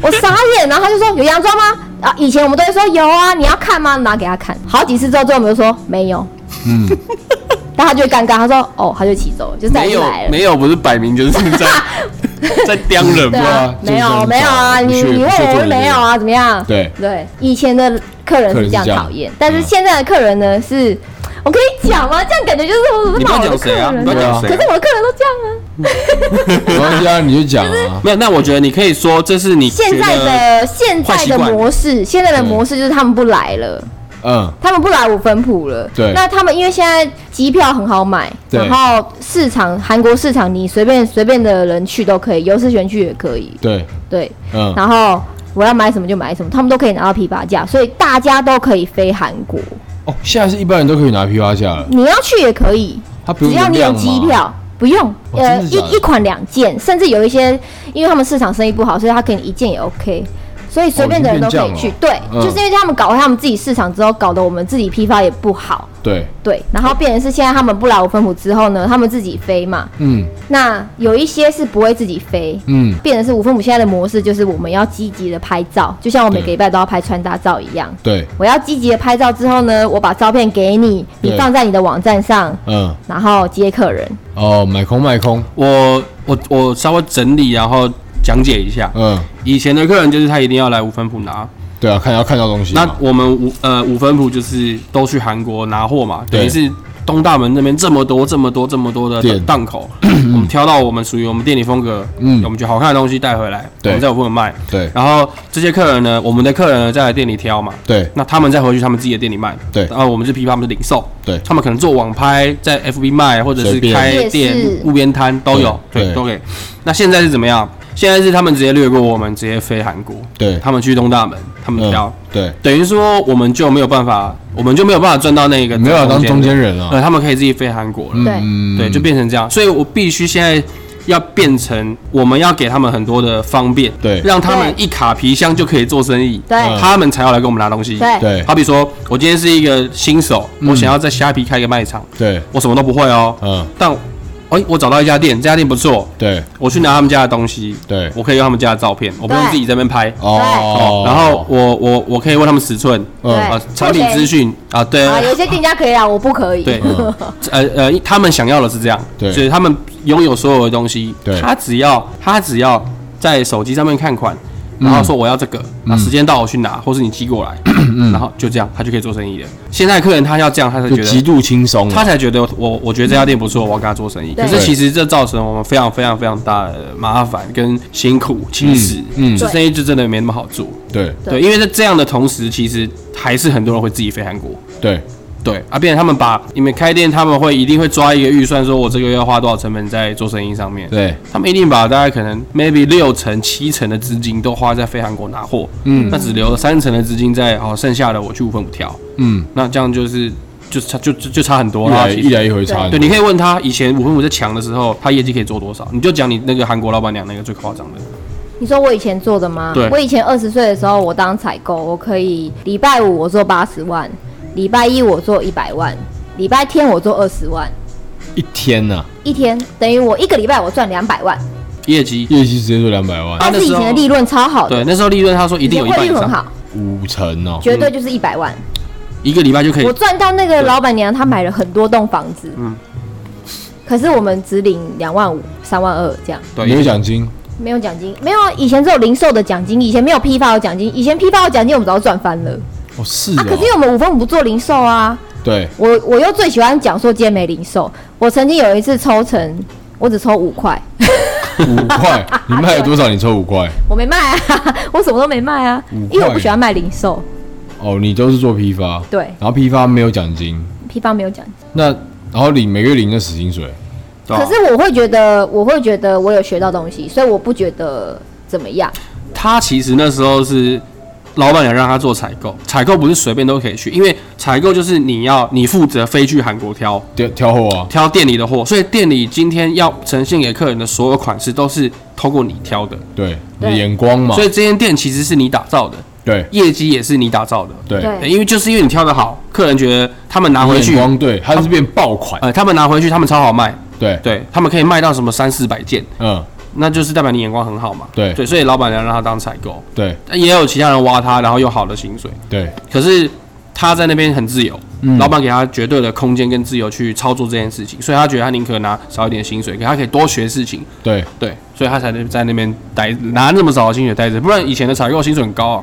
[SPEAKER 3] 我傻眼，然后他就说有洋装吗？啊，以前我们都会说有啊，你要看吗？拿给他看，好几次之后，最后我们就说没有，
[SPEAKER 1] 嗯，
[SPEAKER 3] 但他就会尴尬，他说哦，他就骑走了，就再
[SPEAKER 2] 没
[SPEAKER 3] 也不
[SPEAKER 2] 有
[SPEAKER 3] 来了。
[SPEAKER 2] 没有，不是摆明就是在 在刁人
[SPEAKER 3] 对
[SPEAKER 2] 吗？
[SPEAKER 3] 啊，没有没有啊，
[SPEAKER 1] 不
[SPEAKER 3] 你
[SPEAKER 1] 屑
[SPEAKER 3] 你
[SPEAKER 1] 不
[SPEAKER 3] 问
[SPEAKER 1] 屑做
[SPEAKER 3] 我
[SPEAKER 1] 人
[SPEAKER 3] 就没有啊，怎么样？
[SPEAKER 1] 对，
[SPEAKER 3] 对，以前的客人
[SPEAKER 1] 客人
[SPEAKER 3] 是
[SPEAKER 1] 是
[SPEAKER 3] 这样
[SPEAKER 1] 这样
[SPEAKER 3] 讨厌，但是
[SPEAKER 1] 嗯
[SPEAKER 3] 现在的客人呢是，我可以讲吗？这样感觉就是我
[SPEAKER 2] 你
[SPEAKER 3] 是
[SPEAKER 2] 不
[SPEAKER 3] 骂
[SPEAKER 2] 要
[SPEAKER 3] 我的
[SPEAKER 2] 讲
[SPEAKER 3] 客
[SPEAKER 2] 谁啊？你
[SPEAKER 3] 人
[SPEAKER 2] 不要
[SPEAKER 3] 啊，
[SPEAKER 2] 讲
[SPEAKER 3] 可
[SPEAKER 2] 谁
[SPEAKER 3] 是
[SPEAKER 2] 啊？
[SPEAKER 3] 我的客人都这样啊。
[SPEAKER 1] 没关系啊，你就讲啊，
[SPEAKER 2] 没有，那我觉得你可以说这是你
[SPEAKER 3] 现在
[SPEAKER 2] 觉得
[SPEAKER 3] 的现在的模式，现在的模式就是他们不来了。
[SPEAKER 1] 嗯，
[SPEAKER 3] 他们不来五分埔了，
[SPEAKER 1] 对
[SPEAKER 3] 那他们因为现在机票很好买，
[SPEAKER 1] 对
[SPEAKER 3] 然后市场韩国市场你随便随便的人去都可以，游市选去也可以，
[SPEAKER 1] 对，
[SPEAKER 3] 对，
[SPEAKER 1] 嗯，
[SPEAKER 3] 然后我要买什么就买什么，他们都可以拿到批发价，所以大家都可以飞韩国，
[SPEAKER 1] 哦，现在是一般人都可以拿批发价了，
[SPEAKER 3] 你要去也可以，
[SPEAKER 1] 他不
[SPEAKER 3] 只
[SPEAKER 1] 用
[SPEAKER 3] 要你有
[SPEAKER 1] 量吗
[SPEAKER 3] 机，票，不用，
[SPEAKER 1] 哦真
[SPEAKER 3] 呃，
[SPEAKER 1] 的
[SPEAKER 3] 一
[SPEAKER 1] 假的
[SPEAKER 3] 一款两件，甚至有一些，因为他们市场生意不好，所以他给你一件也 OK。所以随便的人都可以去，
[SPEAKER 1] 哦
[SPEAKER 3] 对，
[SPEAKER 1] 嗯
[SPEAKER 3] 就是因为他们搞坏他们自己市场之后，搞得我们自己批发也不好，
[SPEAKER 1] 对，
[SPEAKER 3] 对。然后变成是现在他们不来我分埔之后呢，他们自己飞嘛，
[SPEAKER 1] 嗯
[SPEAKER 3] 那有一些是不会自己飞，
[SPEAKER 1] 嗯，
[SPEAKER 3] 变成是五分埔现在的模式就是我们要积极的拍照，就像我每个礼拜都要拍穿搭照一样。
[SPEAKER 1] 对，
[SPEAKER 3] 我要积极的拍照之后呢，我把照片给你，你
[SPEAKER 1] 对
[SPEAKER 3] 放在你的网站上，
[SPEAKER 1] 嗯，
[SPEAKER 3] 然后接客人。
[SPEAKER 1] 哦，买空卖空，
[SPEAKER 2] 我我我稍微整理然后讲解一下。
[SPEAKER 1] 嗯，
[SPEAKER 2] 以前的客人就是他一定要来五分铺拿，
[SPEAKER 1] 对啊，看要看到东西嘛，
[SPEAKER 2] 那我们五呃五分铺就是都去韩国拿货嘛，
[SPEAKER 1] 对
[SPEAKER 2] 等于是东大门那边这么多这么多这么多的
[SPEAKER 1] 店
[SPEAKER 2] 档 口，我们挑到我们属于我们店里风格，
[SPEAKER 1] 嗯
[SPEAKER 2] 我们觉得好看的东西带回来，我
[SPEAKER 1] 对
[SPEAKER 2] 们在我们卖。
[SPEAKER 1] 对
[SPEAKER 2] 然后这些客人呢，我们的客人呢再来店里挑嘛，
[SPEAKER 1] 对
[SPEAKER 2] 那他们再回去他们自己的店里卖，
[SPEAKER 1] 对
[SPEAKER 2] 然后我们是批发，我们是零售，
[SPEAKER 1] 对
[SPEAKER 2] 他们可能做网拍，在 FB 卖，或者是
[SPEAKER 1] 随便
[SPEAKER 2] 开
[SPEAKER 3] 夜
[SPEAKER 2] 店
[SPEAKER 3] 市
[SPEAKER 2] 路边摊都有，
[SPEAKER 1] 对
[SPEAKER 2] 对，
[SPEAKER 1] 对
[SPEAKER 2] 都可以。那现在是怎么样？现在是他们直接略过我们，直接飞韩国，
[SPEAKER 1] 对，
[SPEAKER 2] 他们去东大门，他们挑
[SPEAKER 1] 嗯，，对，
[SPEAKER 2] 等于说我们就没有办法，我们就没有办法赚到那个
[SPEAKER 1] 没有要当中间
[SPEAKER 2] 人，
[SPEAKER 1] 人啊，
[SPEAKER 2] 对，他们可以自己飞韩国了，
[SPEAKER 3] 对
[SPEAKER 1] 嗯
[SPEAKER 2] 对，就变成这样，所以我必须现在。要变成我们要给他们很多的方便，
[SPEAKER 1] 对
[SPEAKER 2] 让他们
[SPEAKER 3] 对
[SPEAKER 2] 一卡皮箱就可以做生意，
[SPEAKER 3] 对
[SPEAKER 1] 嗯
[SPEAKER 2] 他们才要来跟我们拿东西，
[SPEAKER 3] 对
[SPEAKER 1] 对
[SPEAKER 2] 好比说，我今天是一个新手，我想要在虾皮开一个卖场，
[SPEAKER 1] 对，
[SPEAKER 2] 我什么都不会哦，
[SPEAKER 1] 嗯，
[SPEAKER 2] 但哎、我找到一家店，这家店不错，
[SPEAKER 1] 对
[SPEAKER 2] 我去拿他们家的东西，
[SPEAKER 1] 对，
[SPEAKER 2] 我可以用他们家的照片，我不用
[SPEAKER 3] 对
[SPEAKER 2] 自己在那边拍。
[SPEAKER 1] 哦，
[SPEAKER 2] 然后我我我可以问他们尺寸
[SPEAKER 3] 对
[SPEAKER 1] 嗯
[SPEAKER 2] 啊，产品资讯啊，对
[SPEAKER 3] 啊，有一些店家可以啊，我不可以。
[SPEAKER 2] 对
[SPEAKER 1] 嗯，
[SPEAKER 2] 呃呃，他们想要的是这样，
[SPEAKER 1] 对
[SPEAKER 2] 所以他们拥有所有的东西
[SPEAKER 1] 对，
[SPEAKER 2] 他只要他只要在手机上面看款，然
[SPEAKER 1] 嗯
[SPEAKER 2] 后说我要这个，那时间到我去拿，或是你寄过来，然后就这样，他就可以做生意了。现在客人他要这样，他才
[SPEAKER 1] 嗯就
[SPEAKER 2] 觉
[SPEAKER 1] 极
[SPEAKER 2] 得。
[SPEAKER 1] 度轻松啊
[SPEAKER 2] 他
[SPEAKER 1] 了，
[SPEAKER 2] 才觉得我，我觉得这家店不错，我要跟他做生意。
[SPEAKER 3] 对
[SPEAKER 2] 可是其实这造成我们非常非常非常大的麻烦跟辛苦，其实
[SPEAKER 1] 嗯嗯
[SPEAKER 2] 这生意就真的没那么好做。
[SPEAKER 1] 对
[SPEAKER 2] 对，
[SPEAKER 3] 对
[SPEAKER 2] 因为在这样的同时，其实还是很多人会自己飞韩国。
[SPEAKER 1] 对
[SPEAKER 2] 对啊，变成他们把你们开店，他们会一定会抓一个预算，说我这个月要花多少成本在做生意上面。
[SPEAKER 1] 对，
[SPEAKER 2] 他们一定把大概可能 maybe 六成七成的资金都花在飞韩国拿货，
[SPEAKER 1] 嗯
[SPEAKER 2] 那只留了三成的资金在哦，剩下的我去五分五跳，
[SPEAKER 1] 嗯，
[SPEAKER 2] 那这样就是就差就就就差很多
[SPEAKER 1] 一
[SPEAKER 2] 啦。
[SPEAKER 1] 来
[SPEAKER 2] 其
[SPEAKER 1] 一
[SPEAKER 2] 实
[SPEAKER 1] 来一回差很多，
[SPEAKER 2] 对，你可以问他以前五分五在强的时候，他业绩可以做多少，你就讲你那个韩国老板娘那个最夸张的，
[SPEAKER 3] 你说我以前做的吗？
[SPEAKER 2] 对
[SPEAKER 3] 我以前二十岁的时候，我当采购，我可以礼拜五我做八十万，礼拜一我做一百万，礼拜天我做二十万，
[SPEAKER 1] 一天啊呐、
[SPEAKER 3] 一天等于我一个礼拜我赚两百万，
[SPEAKER 2] 业绩
[SPEAKER 1] 业绩直接做两百万，
[SPEAKER 2] 啊
[SPEAKER 3] 但是以前的利润超好的，
[SPEAKER 2] 对那时候利润他说一
[SPEAKER 3] 以
[SPEAKER 2] 定有
[SPEAKER 3] 前
[SPEAKER 2] 一
[SPEAKER 3] 汇
[SPEAKER 2] 半
[SPEAKER 3] 率
[SPEAKER 2] 以上，嗯
[SPEAKER 3] 很好，
[SPEAKER 1] 五成哦，
[SPEAKER 3] 绝对就是一百万。
[SPEAKER 2] 一个礼拜就可以
[SPEAKER 3] 我赚到那个老板娘，她买了很多栋房子，
[SPEAKER 2] 嗯
[SPEAKER 3] 可是我们只领两万五、三万二这样，
[SPEAKER 2] 对，
[SPEAKER 1] 没有奖金，
[SPEAKER 3] 没有奖金，没有啊以前只有零售的奖金，以前没有批发的奖金，以前批发的奖金我们早就赚翻了
[SPEAKER 1] 哦是
[SPEAKER 3] 啊。可是
[SPEAKER 1] 哦，
[SPEAKER 3] 因为我们五分五不做零售啊，
[SPEAKER 1] 对，
[SPEAKER 3] 我我又最喜欢讲说今天没零售。我曾经有一次抽成，我只抽五块，
[SPEAKER 1] 五块，你卖了多少？你抽五块，
[SPEAKER 3] 我没卖啊， 我什么都没卖啊
[SPEAKER 1] 五块，
[SPEAKER 3] 因为我不喜欢卖零售，
[SPEAKER 1] 哦，你都是做批发，
[SPEAKER 3] 对
[SPEAKER 1] 然后批发没有奖金，
[SPEAKER 3] 批发没有奖金。
[SPEAKER 1] 那然后领每个月领那死薪水，
[SPEAKER 2] 对啊
[SPEAKER 3] 可是我会觉得，我会觉得我有学到东西，所以我不觉得怎么样。
[SPEAKER 2] 他其实那时候是老板娘让他做采购，采购不是随便都可以去，因为采购就是你要你负责飞去韩国挑
[SPEAKER 1] 挑挑货啊，
[SPEAKER 2] 挑店里的货，所以店里今天要呈现给客人的所有款式都是透过你挑的，
[SPEAKER 1] 对，你的
[SPEAKER 3] 对
[SPEAKER 1] 眼光嘛
[SPEAKER 2] 所，以这间店其实是你打造的，
[SPEAKER 1] 对
[SPEAKER 2] 业绩也是你打造的。
[SPEAKER 1] 对，
[SPEAKER 3] 对
[SPEAKER 2] 对因为就是因为你挑的好，客人觉得他们拿
[SPEAKER 1] 你
[SPEAKER 2] 回
[SPEAKER 1] 眼
[SPEAKER 2] 去，
[SPEAKER 1] 光对，它是变爆款，
[SPEAKER 2] 呃，他们拿回去他们超好卖，
[SPEAKER 1] 对，
[SPEAKER 2] 对他们可以卖到什么三四百件，
[SPEAKER 1] 嗯，
[SPEAKER 2] 那就是代表你眼光很好嘛。
[SPEAKER 1] 对
[SPEAKER 2] 对，所以老板娘让他当采购，
[SPEAKER 1] 对
[SPEAKER 2] 但也有其他人挖他，然后又好的薪水。
[SPEAKER 1] 对，
[SPEAKER 2] 可是他在那边很自由，
[SPEAKER 1] 嗯
[SPEAKER 2] 老板给他绝对的空间跟自由去操作这件事情，所以他觉得他宁可拿少一点薪水，可他可以多学事情，
[SPEAKER 1] 对
[SPEAKER 2] 对，所以他才能在那边待拿那么少的薪水待着，不然以前的采购薪水很高啊，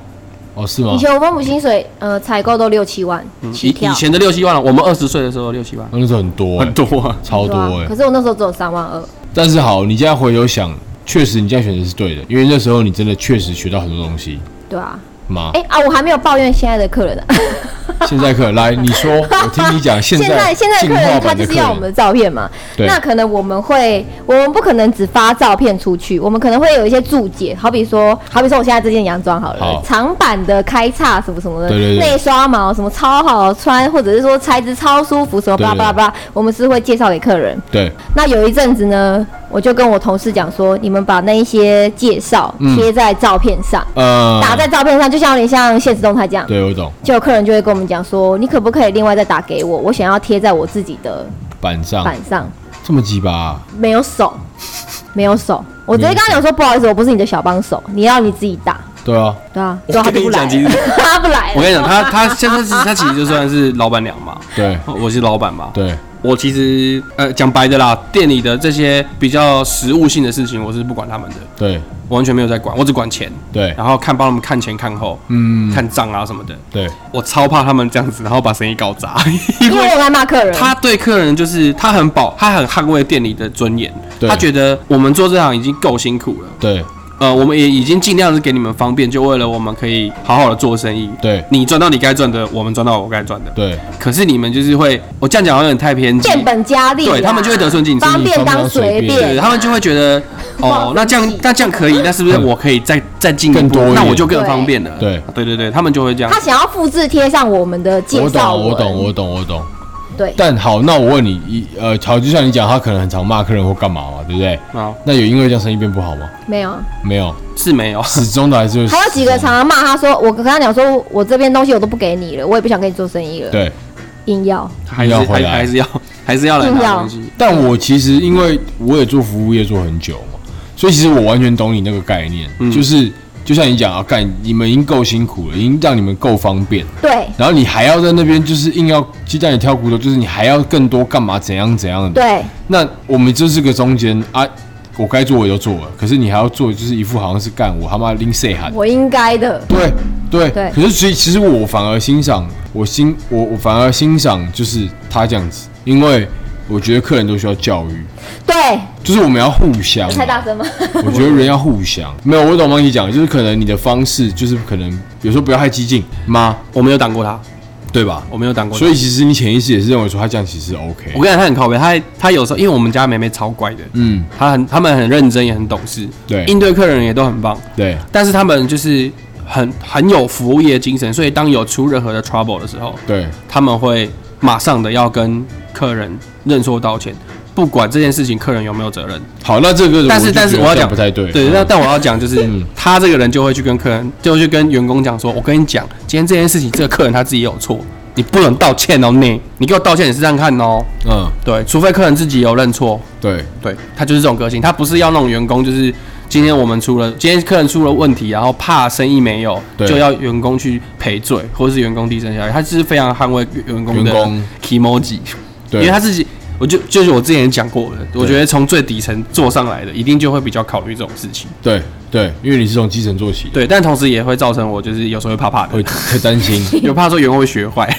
[SPEAKER 1] 哦是吗
[SPEAKER 3] 以？前我分母薪水，呃，采购都六七万
[SPEAKER 1] 嗯
[SPEAKER 2] 以
[SPEAKER 3] 起跳
[SPEAKER 2] 以，前的六七万，啊我们二十岁的时候六七万，
[SPEAKER 1] 那时候很多欸，
[SPEAKER 2] 很多啊，
[SPEAKER 1] 超
[SPEAKER 3] 对
[SPEAKER 1] 多
[SPEAKER 3] 啊
[SPEAKER 1] 哎
[SPEAKER 3] 可。是我那时候只有三万二，
[SPEAKER 1] 但是好，你现在回头想，确实你这样选择是对的，因为那时候你真的确实学到很多东西。
[SPEAKER 3] 对啊。
[SPEAKER 1] 妈
[SPEAKER 3] 哎、，啊，我还没有抱怨现在的客人啊呢、
[SPEAKER 1] 现在客人来，你 说，我听你讲，现
[SPEAKER 3] 现在
[SPEAKER 1] 在
[SPEAKER 3] 现在
[SPEAKER 1] 进
[SPEAKER 3] 客
[SPEAKER 1] 化
[SPEAKER 3] 人他
[SPEAKER 1] 版
[SPEAKER 3] 就
[SPEAKER 1] 的
[SPEAKER 3] 是
[SPEAKER 1] 客
[SPEAKER 3] 要我们的
[SPEAKER 1] 人，
[SPEAKER 3] 照片嘛，
[SPEAKER 1] 对
[SPEAKER 3] 那可能我们会，我们不可能只发照片出去，我们可能会有一些注解，好比说，好比说我现在这件洋装好了，
[SPEAKER 1] 好
[SPEAKER 3] 长版的开叉什么什么的，
[SPEAKER 1] 对对对
[SPEAKER 3] 内刷毛什么超好穿，或者是说材质超舒服什么
[SPEAKER 1] 对
[SPEAKER 3] 巴
[SPEAKER 1] 对
[SPEAKER 3] 拉巴拉，我们是会介绍给客人。
[SPEAKER 1] 对
[SPEAKER 3] 那有一阵子呢，我就跟我同事讲说，你们把那一些介绍
[SPEAKER 1] 嗯
[SPEAKER 3] 贴在照片上，
[SPEAKER 1] 呃，
[SPEAKER 3] 打在照片上，就像有点像现实动态这样。
[SPEAKER 1] 对我懂，
[SPEAKER 3] 就有客人就会跟我们讲说，你可不可以另外再打给我？我想要贴在我自己的
[SPEAKER 1] 板上
[SPEAKER 3] 板上，
[SPEAKER 1] 这么鸡巴啊，
[SPEAKER 3] 没有 手，没有手。我直接跟他讲说，不好意思，我不是你的小帮手，你要你自己打。
[SPEAKER 1] 对啊，
[SPEAKER 3] 对啊，
[SPEAKER 2] 我
[SPEAKER 3] 然后他
[SPEAKER 2] 跟
[SPEAKER 3] 就不
[SPEAKER 2] 你
[SPEAKER 3] 来
[SPEAKER 2] 讲其
[SPEAKER 3] 了， 他不来了。
[SPEAKER 2] 我跟你讲，他他现在是他其实就算是老板娘嘛，
[SPEAKER 1] 对
[SPEAKER 2] 我是老板嘛，
[SPEAKER 1] 对
[SPEAKER 2] 我其实呃讲白的啦，店里的这些比较实务性的事情，我是不管他们的，
[SPEAKER 1] 对
[SPEAKER 2] 我完全没有在管，我只管钱，
[SPEAKER 1] 对，
[SPEAKER 2] 然后看帮他们看前看后，
[SPEAKER 1] 嗯，
[SPEAKER 2] 看账啊什么的。
[SPEAKER 1] 对
[SPEAKER 2] 我超怕他们这样子，然后把生意搞砸，因
[SPEAKER 3] 因为
[SPEAKER 2] 为
[SPEAKER 3] 我来骂客人，
[SPEAKER 2] 他对客人就是他很保，他很捍卫店里的尊严，
[SPEAKER 1] 对
[SPEAKER 2] 他觉得我们做这行已经够辛苦了，
[SPEAKER 1] 对
[SPEAKER 2] 呃，我们也已经尽量是给你们方便，就为了我们可以好好的做生意。
[SPEAKER 1] 对
[SPEAKER 2] 你赚到你该赚的，我们赚到我该赚的。
[SPEAKER 1] 对，
[SPEAKER 2] 可是你们就是会，我这样讲好像有点太偏激，
[SPEAKER 3] 变本加厉啊，
[SPEAKER 2] 对他们就会得寸进尺
[SPEAKER 3] 方便
[SPEAKER 1] 方
[SPEAKER 3] 当随
[SPEAKER 1] 便当随
[SPEAKER 2] 对
[SPEAKER 1] 便
[SPEAKER 3] 便，
[SPEAKER 2] 他们就会觉得，哦，那这样那这样可以，那是不是我可以再再进一
[SPEAKER 1] 嗯更
[SPEAKER 2] 步
[SPEAKER 1] 多一？点
[SPEAKER 2] 那我就更方便了。
[SPEAKER 1] 对
[SPEAKER 2] 对对对，他们就会这样
[SPEAKER 3] 他。想要复制贴上我们的介
[SPEAKER 1] 我
[SPEAKER 3] 绍
[SPEAKER 1] 懂我
[SPEAKER 3] 文
[SPEAKER 1] 懂我懂我懂。
[SPEAKER 3] 对，
[SPEAKER 1] 但好，那我问你，一呃，好，就像你讲，他可能很常骂客人或干嘛嘛，对不对？
[SPEAKER 2] 啊，
[SPEAKER 1] 那有因为这样生意变不好吗？
[SPEAKER 3] 没有啊。
[SPEAKER 1] 没有，
[SPEAKER 2] 是没有，
[SPEAKER 1] 始终的还是会
[SPEAKER 3] 还有几个
[SPEAKER 1] 始终
[SPEAKER 3] 常常骂他说，我跟他讲说，我这边东西我都不给你了，我也不想跟你做生意了，
[SPEAKER 1] 对。
[SPEAKER 3] 硬要。
[SPEAKER 2] 还是
[SPEAKER 1] 要回
[SPEAKER 2] 还
[SPEAKER 1] 来
[SPEAKER 2] 还是要还是要来拿东西。
[SPEAKER 1] 但我其实因为我也做服务业做很久嘛，所以其实我完全懂你那个概念，
[SPEAKER 2] 嗯
[SPEAKER 1] 就是就像你讲啊，干你们已经够辛苦了，已经让你们够方便，
[SPEAKER 3] 对
[SPEAKER 1] 然后你还要在那边就是硬要鸡蛋里挑骨头，就是你还要更多干嘛怎样怎样的。
[SPEAKER 3] 对，
[SPEAKER 1] 那我们就是个中间啊，我该做我就做了，可是你还要做，就是一副好像是干我他妈拎谁喊。
[SPEAKER 3] 我应该的。
[SPEAKER 1] 对对
[SPEAKER 3] 对
[SPEAKER 1] 可是其实其实我反而欣赏，我欣我我反而欣赏就是他这样子，因为我觉得客人都需要教育，
[SPEAKER 3] 对，
[SPEAKER 1] 就是我们要互相啊。
[SPEAKER 3] 太大声吗？
[SPEAKER 1] 我觉得人要互相。没有，我懂帮你讲，就是可能你的方式就是可能有时候不要太激进妈，
[SPEAKER 2] 我没有挡过他，
[SPEAKER 1] 对吧？
[SPEAKER 2] 我没有挡过他。
[SPEAKER 1] 所以其实你潜意识也是认为说他这样其实 OK
[SPEAKER 2] 我。跟你讲，他很靠背，他他有时候因为我们家妹妹超乖的，
[SPEAKER 1] 嗯，
[SPEAKER 2] 她很他们很认真也很懂事，
[SPEAKER 1] 对
[SPEAKER 2] 应对客人也都很棒，
[SPEAKER 1] 对，
[SPEAKER 2] 但是他们就是很很有服务业精神，所以当有出任何的 trouble 的时候，
[SPEAKER 1] 对，
[SPEAKER 2] 他们会马上的要跟客人认错道歉，不管这件事情客人有没有责任。
[SPEAKER 1] 好，那这个
[SPEAKER 2] 但是
[SPEAKER 1] 就
[SPEAKER 2] 但是
[SPEAKER 1] 觉得
[SPEAKER 2] 我要
[SPEAKER 1] 这样
[SPEAKER 2] 讲
[SPEAKER 1] 不太对，
[SPEAKER 2] 对，
[SPEAKER 1] 嗯
[SPEAKER 2] 但但我要讲就是
[SPEAKER 1] 嗯
[SPEAKER 2] 他这个人就会去跟客人，就会去跟员工讲说，我跟你讲，今天这件事情这个客人他自己有错，你不能道歉哦，你你给我道歉你是这样看哦，
[SPEAKER 1] 嗯，
[SPEAKER 2] 对，除非客人自己有认错，
[SPEAKER 1] 对，
[SPEAKER 2] 对他就是这种个性，他不是要那种员工就是。今天我们出了，今天客人出了问题，然后怕生意没有，
[SPEAKER 1] 对
[SPEAKER 2] 就要员工去赔罪，或者是员工低声下气，他就是非常捍卫员工
[SPEAKER 1] 员
[SPEAKER 2] 的
[SPEAKER 1] 工
[SPEAKER 2] emoji。
[SPEAKER 1] 对，
[SPEAKER 2] 因为他自己，我就就是我之前也讲过的，我觉得从最底层做上来的，一定就会比较考虑这种事情。
[SPEAKER 1] 对对，因为你是从基层做起，
[SPEAKER 2] 对，但同时也会造成我就是有时候会怕怕
[SPEAKER 1] 会
[SPEAKER 2] 的，
[SPEAKER 1] 会担心。
[SPEAKER 2] 有怕说员工会学坏。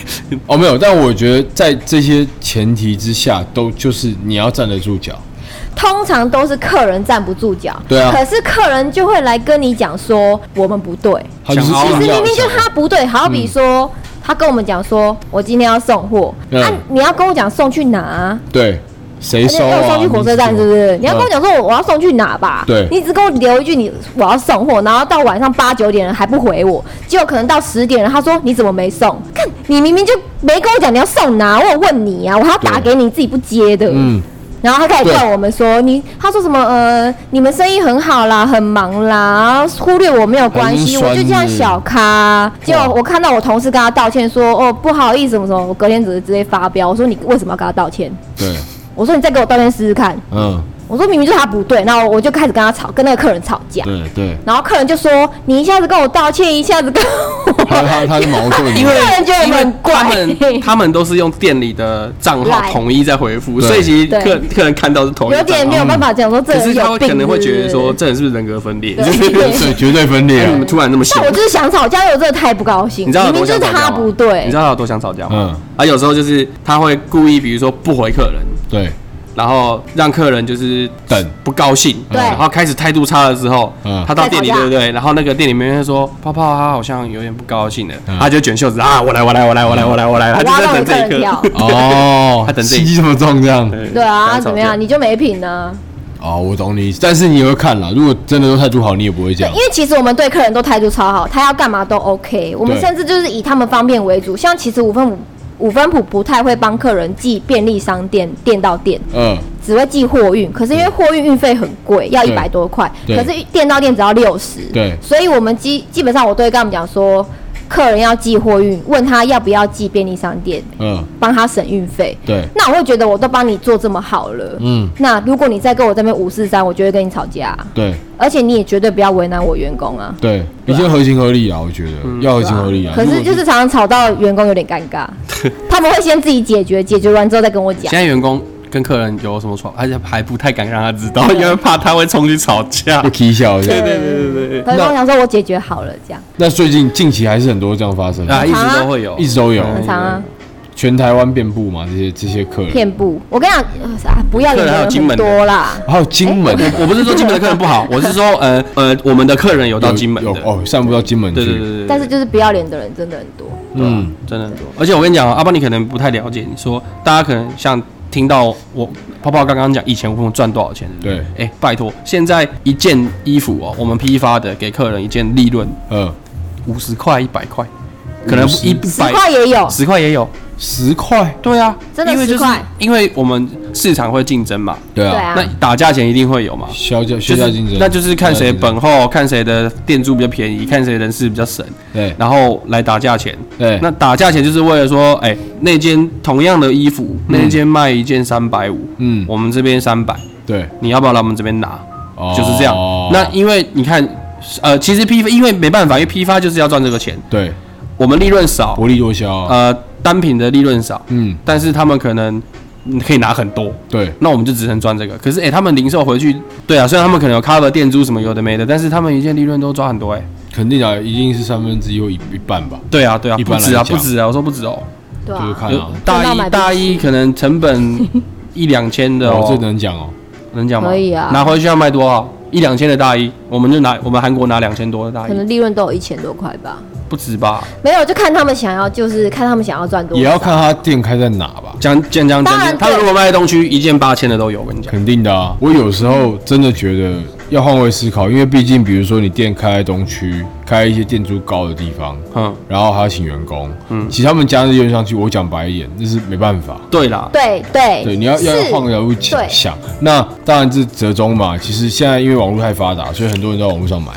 [SPEAKER 1] 哦，没有，但我觉得在这些前提之下，都就是你要站得住脚。
[SPEAKER 3] 通常都是客人站不住脚，
[SPEAKER 1] 对啊
[SPEAKER 3] 可是客人就会来跟你讲说我们不对，
[SPEAKER 1] 他就是
[SPEAKER 2] 想凹
[SPEAKER 3] 其
[SPEAKER 2] 啊
[SPEAKER 3] 实
[SPEAKER 1] 硬要
[SPEAKER 3] 明明就
[SPEAKER 1] 想
[SPEAKER 3] 他不对，好比说、他跟我们讲说，我今天要送货，那、
[SPEAKER 1] 嗯
[SPEAKER 3] 你要跟我讲送去哪、啊？
[SPEAKER 1] 对，谁收
[SPEAKER 3] 要
[SPEAKER 1] 啊？
[SPEAKER 3] 送去火车站是不是？你要跟我
[SPEAKER 1] 嗯
[SPEAKER 3] 讲说我我要送去哪吧？
[SPEAKER 1] 对
[SPEAKER 3] 你只跟我留一句你我要送货，然后到晚上八九点了还不回我，结果可能到十点了，他说你怎么没送？看你明明就没跟我讲你要送哪，我有问你啊，我还要打
[SPEAKER 1] 对
[SPEAKER 3] 给你，你自己不接的。
[SPEAKER 1] 嗯，
[SPEAKER 3] 然后他开始
[SPEAKER 1] 对
[SPEAKER 3] 怪我们说你，他说什么呃，你们生意很好啦，很忙啦，然后忽略我没有关系，
[SPEAKER 1] 很酸
[SPEAKER 3] 我就这样
[SPEAKER 1] 你
[SPEAKER 3] 小咖。结果我看到我同事跟他道歉说，哦不好意思什么什么，我隔天只是直接发飙，我说你为什么要跟他道歉？
[SPEAKER 1] 对，
[SPEAKER 3] 我说你再给我道歉试试看，
[SPEAKER 1] 嗯，
[SPEAKER 3] 我说明明就是他不对，然后我就开始跟他吵，跟那个客人吵架。
[SPEAKER 1] 对对，
[SPEAKER 3] 然后客人就说：“你一下子跟我道歉，一下子跟 我
[SPEAKER 1] 他他他是矛盾的，
[SPEAKER 2] 因为
[SPEAKER 3] 客人觉得我
[SPEAKER 2] 因
[SPEAKER 3] 们
[SPEAKER 2] 为
[SPEAKER 3] 很怪
[SPEAKER 2] 他们他们都是用店里的账号
[SPEAKER 3] Line
[SPEAKER 2] 统一在回复，
[SPEAKER 1] 对
[SPEAKER 2] 所以其实
[SPEAKER 3] 对
[SPEAKER 2] 客客人看到是同一
[SPEAKER 3] 有
[SPEAKER 2] 个
[SPEAKER 3] 点
[SPEAKER 2] 账
[SPEAKER 3] 没
[SPEAKER 2] 号，
[SPEAKER 3] 有办法讲说这
[SPEAKER 2] 嗯可
[SPEAKER 3] 人
[SPEAKER 2] 是他
[SPEAKER 3] 有
[SPEAKER 2] 会
[SPEAKER 3] 病。”
[SPEAKER 2] 可能会觉得说，这人是不是人格分裂？
[SPEAKER 3] 对
[SPEAKER 2] 就是
[SPEAKER 1] 对绝对分 裂
[SPEAKER 2] 你
[SPEAKER 1] 啊。
[SPEAKER 2] 们突然那么
[SPEAKER 3] 但
[SPEAKER 2] 凶
[SPEAKER 3] 我。就是想吵架，我真的太不高兴。
[SPEAKER 2] 你知道有
[SPEAKER 3] 明明
[SPEAKER 2] 多
[SPEAKER 3] 就
[SPEAKER 2] 想
[SPEAKER 3] 是
[SPEAKER 2] 吵架
[SPEAKER 3] 他
[SPEAKER 2] 吗
[SPEAKER 3] 不对，
[SPEAKER 2] 你知道他有多想吵架吗？
[SPEAKER 1] 嗯
[SPEAKER 2] 啊，有时候就是他会故意，比如说不回客人，
[SPEAKER 1] 对，
[SPEAKER 2] 然后让客人就是
[SPEAKER 1] 等
[SPEAKER 2] 不高兴，
[SPEAKER 3] 对
[SPEAKER 2] 然后开始态度差了之后，
[SPEAKER 1] 嗯
[SPEAKER 2] 他到店里
[SPEAKER 3] 再吵架
[SPEAKER 2] 对不对？然后那个店里面会说，泡泡他好像有点不高兴了，
[SPEAKER 1] 嗯
[SPEAKER 2] 他就卷袖子啊，我来我来我来我来我来我来，他
[SPEAKER 3] 我
[SPEAKER 2] 就
[SPEAKER 3] 要
[SPEAKER 2] 在
[SPEAKER 3] 让
[SPEAKER 2] 等
[SPEAKER 3] 你客
[SPEAKER 2] 这一
[SPEAKER 3] 人
[SPEAKER 2] 刻
[SPEAKER 3] 跳。。
[SPEAKER 1] 哦，
[SPEAKER 2] 他等这一
[SPEAKER 1] 心机这么重这样。
[SPEAKER 3] 对啊，
[SPEAKER 2] 想吵架
[SPEAKER 3] 怎么样？你就没品呢、
[SPEAKER 1] 哦，我懂你，但是你也会看啦。如果真的都态度好，你也不会这
[SPEAKER 3] 对，
[SPEAKER 1] 样
[SPEAKER 3] 因。为其实我们对客人都态度超好，他要干嘛都 OK。我们
[SPEAKER 1] 对
[SPEAKER 3] 甚至就是以他们方便为主，像其实五分五五分谱不太会帮客人寄便利商店店到店，
[SPEAKER 1] 嗯，
[SPEAKER 3] 只会寄货运。可是因为货运运费很贵，要一
[SPEAKER 1] 对
[SPEAKER 3] 百多块，
[SPEAKER 1] 对
[SPEAKER 3] 可是店到店只要六十。
[SPEAKER 1] 对
[SPEAKER 3] 所以我们基基本上我都会跟他们讲说，客人要寄货运，问他要不要寄便利商店，
[SPEAKER 1] 嗯，
[SPEAKER 3] 帮他省运费。
[SPEAKER 1] 对，
[SPEAKER 3] 那我会觉得我都帮你做这么好了，
[SPEAKER 1] 嗯，
[SPEAKER 3] 那如果你再跟我这边五四三，我就会跟你吵架啊、
[SPEAKER 1] 对
[SPEAKER 3] 而且你也绝对不要为难我员工啊。
[SPEAKER 1] 对，已经合情合理啦，我觉得
[SPEAKER 2] 嗯
[SPEAKER 1] 要合情合理啊。
[SPEAKER 3] 可
[SPEAKER 1] 如
[SPEAKER 3] 是
[SPEAKER 1] 果
[SPEAKER 3] 就是常常吵到员工有点尴 尬，他们会先自己解决，解决完之后再跟我讲
[SPEAKER 2] 现。在员工跟客人有什么吵，而且还不太敢让他知道，因为怕他会冲去吵架
[SPEAKER 1] 被。踢笑这样。
[SPEAKER 2] 对对对对
[SPEAKER 3] 他就跟我讲说我解决好了这样，
[SPEAKER 1] 那最近近期还是很多这样发生的
[SPEAKER 2] 啊，一直都会有，
[SPEAKER 1] 一直都有，
[SPEAKER 2] 嗯
[SPEAKER 3] 很常啊
[SPEAKER 1] 全台湾遍布嘛，这些这些客人，
[SPEAKER 3] 骗布。我跟你讲，呃啊不要脸的人很多啦。
[SPEAKER 1] 还有金门的
[SPEAKER 2] 哎我不是说金门的客人不好，我是说呃呃，我们的客人有到金门
[SPEAKER 1] 有
[SPEAKER 2] 的，
[SPEAKER 1] 有哦，散布到金门
[SPEAKER 2] 对对对
[SPEAKER 1] 去，
[SPEAKER 2] 对。
[SPEAKER 3] 但是就是不要脸的人真的很多，
[SPEAKER 1] 嗯，
[SPEAKER 2] 真的很多。而且我跟你讲啊，阿邦你可能不太了解，你说大家可能像听到我泡泡刚刚讲以前我们赚多少钱，对不对？哎、拜托，现在一件衣服哦，我们批发的给客人一件利润
[SPEAKER 1] 呃，
[SPEAKER 2] 五十块、一百块，可能
[SPEAKER 1] 50
[SPEAKER 2] 一
[SPEAKER 3] 十
[SPEAKER 2] 百
[SPEAKER 3] 块也有，
[SPEAKER 2] 十块也有。
[SPEAKER 1] 十块，
[SPEAKER 2] 对啊，
[SPEAKER 3] 真的
[SPEAKER 2] 因为就是
[SPEAKER 3] 10块
[SPEAKER 2] 因为我们市场会竞争嘛，
[SPEAKER 1] 对
[SPEAKER 3] 对
[SPEAKER 1] 啊，
[SPEAKER 3] 啊
[SPEAKER 2] 那，打价钱一定会有嘛。
[SPEAKER 1] 削价
[SPEAKER 2] 就
[SPEAKER 1] 削价竞
[SPEAKER 2] 是
[SPEAKER 1] 争，
[SPEAKER 2] 那就是看谁本后，看谁的店租比较便宜，看谁人事比较省，
[SPEAKER 1] 对
[SPEAKER 2] 然后来打价钱。
[SPEAKER 1] 对，
[SPEAKER 2] 那打价钱就是为了说，哎、那间同样的衣服，那间卖一件三百五，
[SPEAKER 1] 嗯
[SPEAKER 2] 我们这边三百，
[SPEAKER 1] 对，
[SPEAKER 2] 你要不要来我们这边拿？
[SPEAKER 1] 哦
[SPEAKER 2] 就是这样。那因为你看，呃，其实批发因为没办法，因为批发就是要赚这个钱，
[SPEAKER 1] 对
[SPEAKER 2] 我们利润少，
[SPEAKER 1] 薄利多销啊，
[SPEAKER 2] 呃，单品的利润少，
[SPEAKER 1] 嗯，
[SPEAKER 2] 但是他们可能嗯可以拿很多。
[SPEAKER 1] 对
[SPEAKER 2] 那我们就只能赚这个，可是哎、他们零售回去，对啊，虽然他们可能有 cover 店租什么有的没的，但是他们一件利润都抓很多哎、
[SPEAKER 1] 肯定啊，一定是三分之一或一一半吧，
[SPEAKER 2] 对啊，对啊，
[SPEAKER 1] 一
[SPEAKER 2] 不
[SPEAKER 1] 般来
[SPEAKER 2] 止啊，
[SPEAKER 1] 讲
[SPEAKER 2] 不止啊，我说不止哦、
[SPEAKER 3] 对
[SPEAKER 1] 就是
[SPEAKER 3] 啊，
[SPEAKER 1] 看
[SPEAKER 2] 有
[SPEAKER 1] 啊，
[SPEAKER 3] 赚到
[SPEAKER 2] 大
[SPEAKER 3] 买
[SPEAKER 2] 一
[SPEAKER 3] 不
[SPEAKER 2] 大一可能成本一两千的
[SPEAKER 1] 哦，这
[SPEAKER 2] 哦，
[SPEAKER 1] 能讲哦。
[SPEAKER 2] 能讲吗？
[SPEAKER 3] 可以啊
[SPEAKER 2] 拿回去要卖多少？一两千的大衣，我们就拿我们韩国拿两千多的大
[SPEAKER 3] 可
[SPEAKER 2] 衣，
[SPEAKER 3] 能利润都有一千多块吧。
[SPEAKER 2] 不止吧？
[SPEAKER 3] 没有，就看他们想要，就是看他们想要赚多少。
[SPEAKER 1] 也要看他店开在哪吧，
[SPEAKER 2] 讲讲讲
[SPEAKER 3] 当然
[SPEAKER 2] 讲，他
[SPEAKER 3] 对
[SPEAKER 2] 如果卖在东区，一件八千的都有，我跟你讲。
[SPEAKER 1] 肯定的啊。我有时候真的觉得要换位思考，因为毕竟比如说你店开在东区，开一些店租高的地方，
[SPEAKER 2] 嗯，
[SPEAKER 1] 然后还要请员工，嗯，其实他们加日用上去，我讲白一点，那是没办法。
[SPEAKER 2] 对啦，
[SPEAKER 3] 对对
[SPEAKER 1] 对，你要要
[SPEAKER 3] 是
[SPEAKER 1] 换个角度想
[SPEAKER 3] 对
[SPEAKER 1] 想，那当然是折中嘛。其实现在因为网络太发达，所以很多人都在网络上买，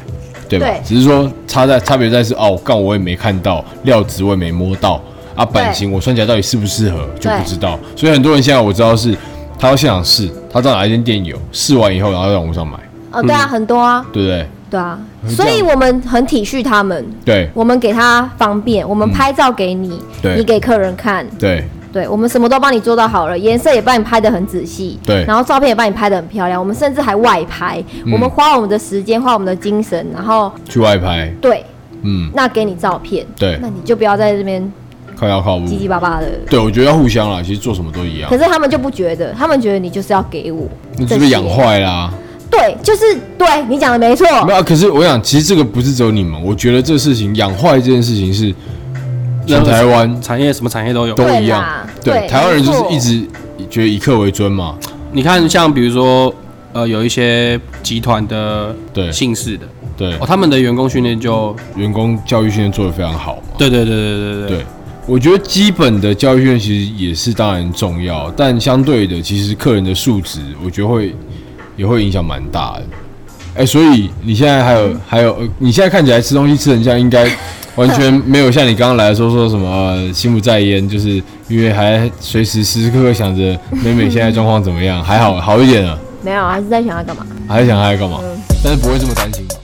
[SPEAKER 1] 对吧？
[SPEAKER 3] 对
[SPEAKER 1] 只是说差在差别在是哦，干我也没看到，料子我也没摸到，啊，版型我穿起来到底适不适合就不
[SPEAKER 3] 对
[SPEAKER 1] 知道。所以很多人现在我知道是，他要现场试，他到哪一间店有，试完以后然后在网络上买，
[SPEAKER 3] 哦，对
[SPEAKER 1] 嗯
[SPEAKER 3] 啊，很多啊，
[SPEAKER 1] 对不对？
[SPEAKER 3] 对啊，
[SPEAKER 1] 很
[SPEAKER 3] 所以
[SPEAKER 1] 像
[SPEAKER 3] 我们很体恤他们，
[SPEAKER 1] 对
[SPEAKER 3] 我们给他方便，我们拍照给你，
[SPEAKER 1] 嗯对
[SPEAKER 3] 你给客人看，
[SPEAKER 1] 对
[SPEAKER 3] 对我们什么都帮你做到好了，颜色也帮你拍得很仔细，
[SPEAKER 1] 对嗯
[SPEAKER 3] 然后照片也帮你拍得很漂亮，我们甚至还外拍，我们花我们的时间，花我们的精神，然后
[SPEAKER 1] 去外拍，
[SPEAKER 3] 对，
[SPEAKER 1] 嗯，
[SPEAKER 3] 那给你照片，
[SPEAKER 1] 对嗯
[SPEAKER 3] 那你就不要在这边
[SPEAKER 1] 靠腰靠不
[SPEAKER 3] 唧唧巴巴的。
[SPEAKER 1] 对，我觉得要互相啦，其实做什么都一样
[SPEAKER 3] 可，是他们就不觉得，他们觉得你就是要给我，
[SPEAKER 1] 那是不是养坏啦、
[SPEAKER 3] 对，就是对你讲的没错，
[SPEAKER 1] 没有啊，可是我想，其实这个不是只有你们，我觉得这事情养坏这件事情是全台湾
[SPEAKER 2] 产业什么产业都有。
[SPEAKER 1] 都
[SPEAKER 3] 对啦
[SPEAKER 1] 一样，对，
[SPEAKER 3] 对
[SPEAKER 1] 台湾人就
[SPEAKER 3] 没错
[SPEAKER 1] 是一直觉得以客为尊嘛，
[SPEAKER 2] 你看，像比如说，呃，有一些集团的
[SPEAKER 1] 对
[SPEAKER 2] 姓氏的，
[SPEAKER 1] 对
[SPEAKER 2] 哦，，他们的员工训练就，
[SPEAKER 1] 员工教育训练做得非常好嘛，
[SPEAKER 2] 对对对对对
[SPEAKER 1] 对，我觉得基本的教育训练其实也是当然重要，但相对的，其实客人的素质，我觉得会也会影响蛮大的。哎、所以你现在还有、还有，呃你现在看起来吃东西吃成这样，应该完全没有像你刚刚来的时候说什么、呃心不在焉，就是因为还随时时时刻刻想着美美现在状况怎么样，还好好一点了，啊
[SPEAKER 3] 啊没有，还是在想要干嘛？
[SPEAKER 1] 还想还要干嘛？但是不会这么担心吧。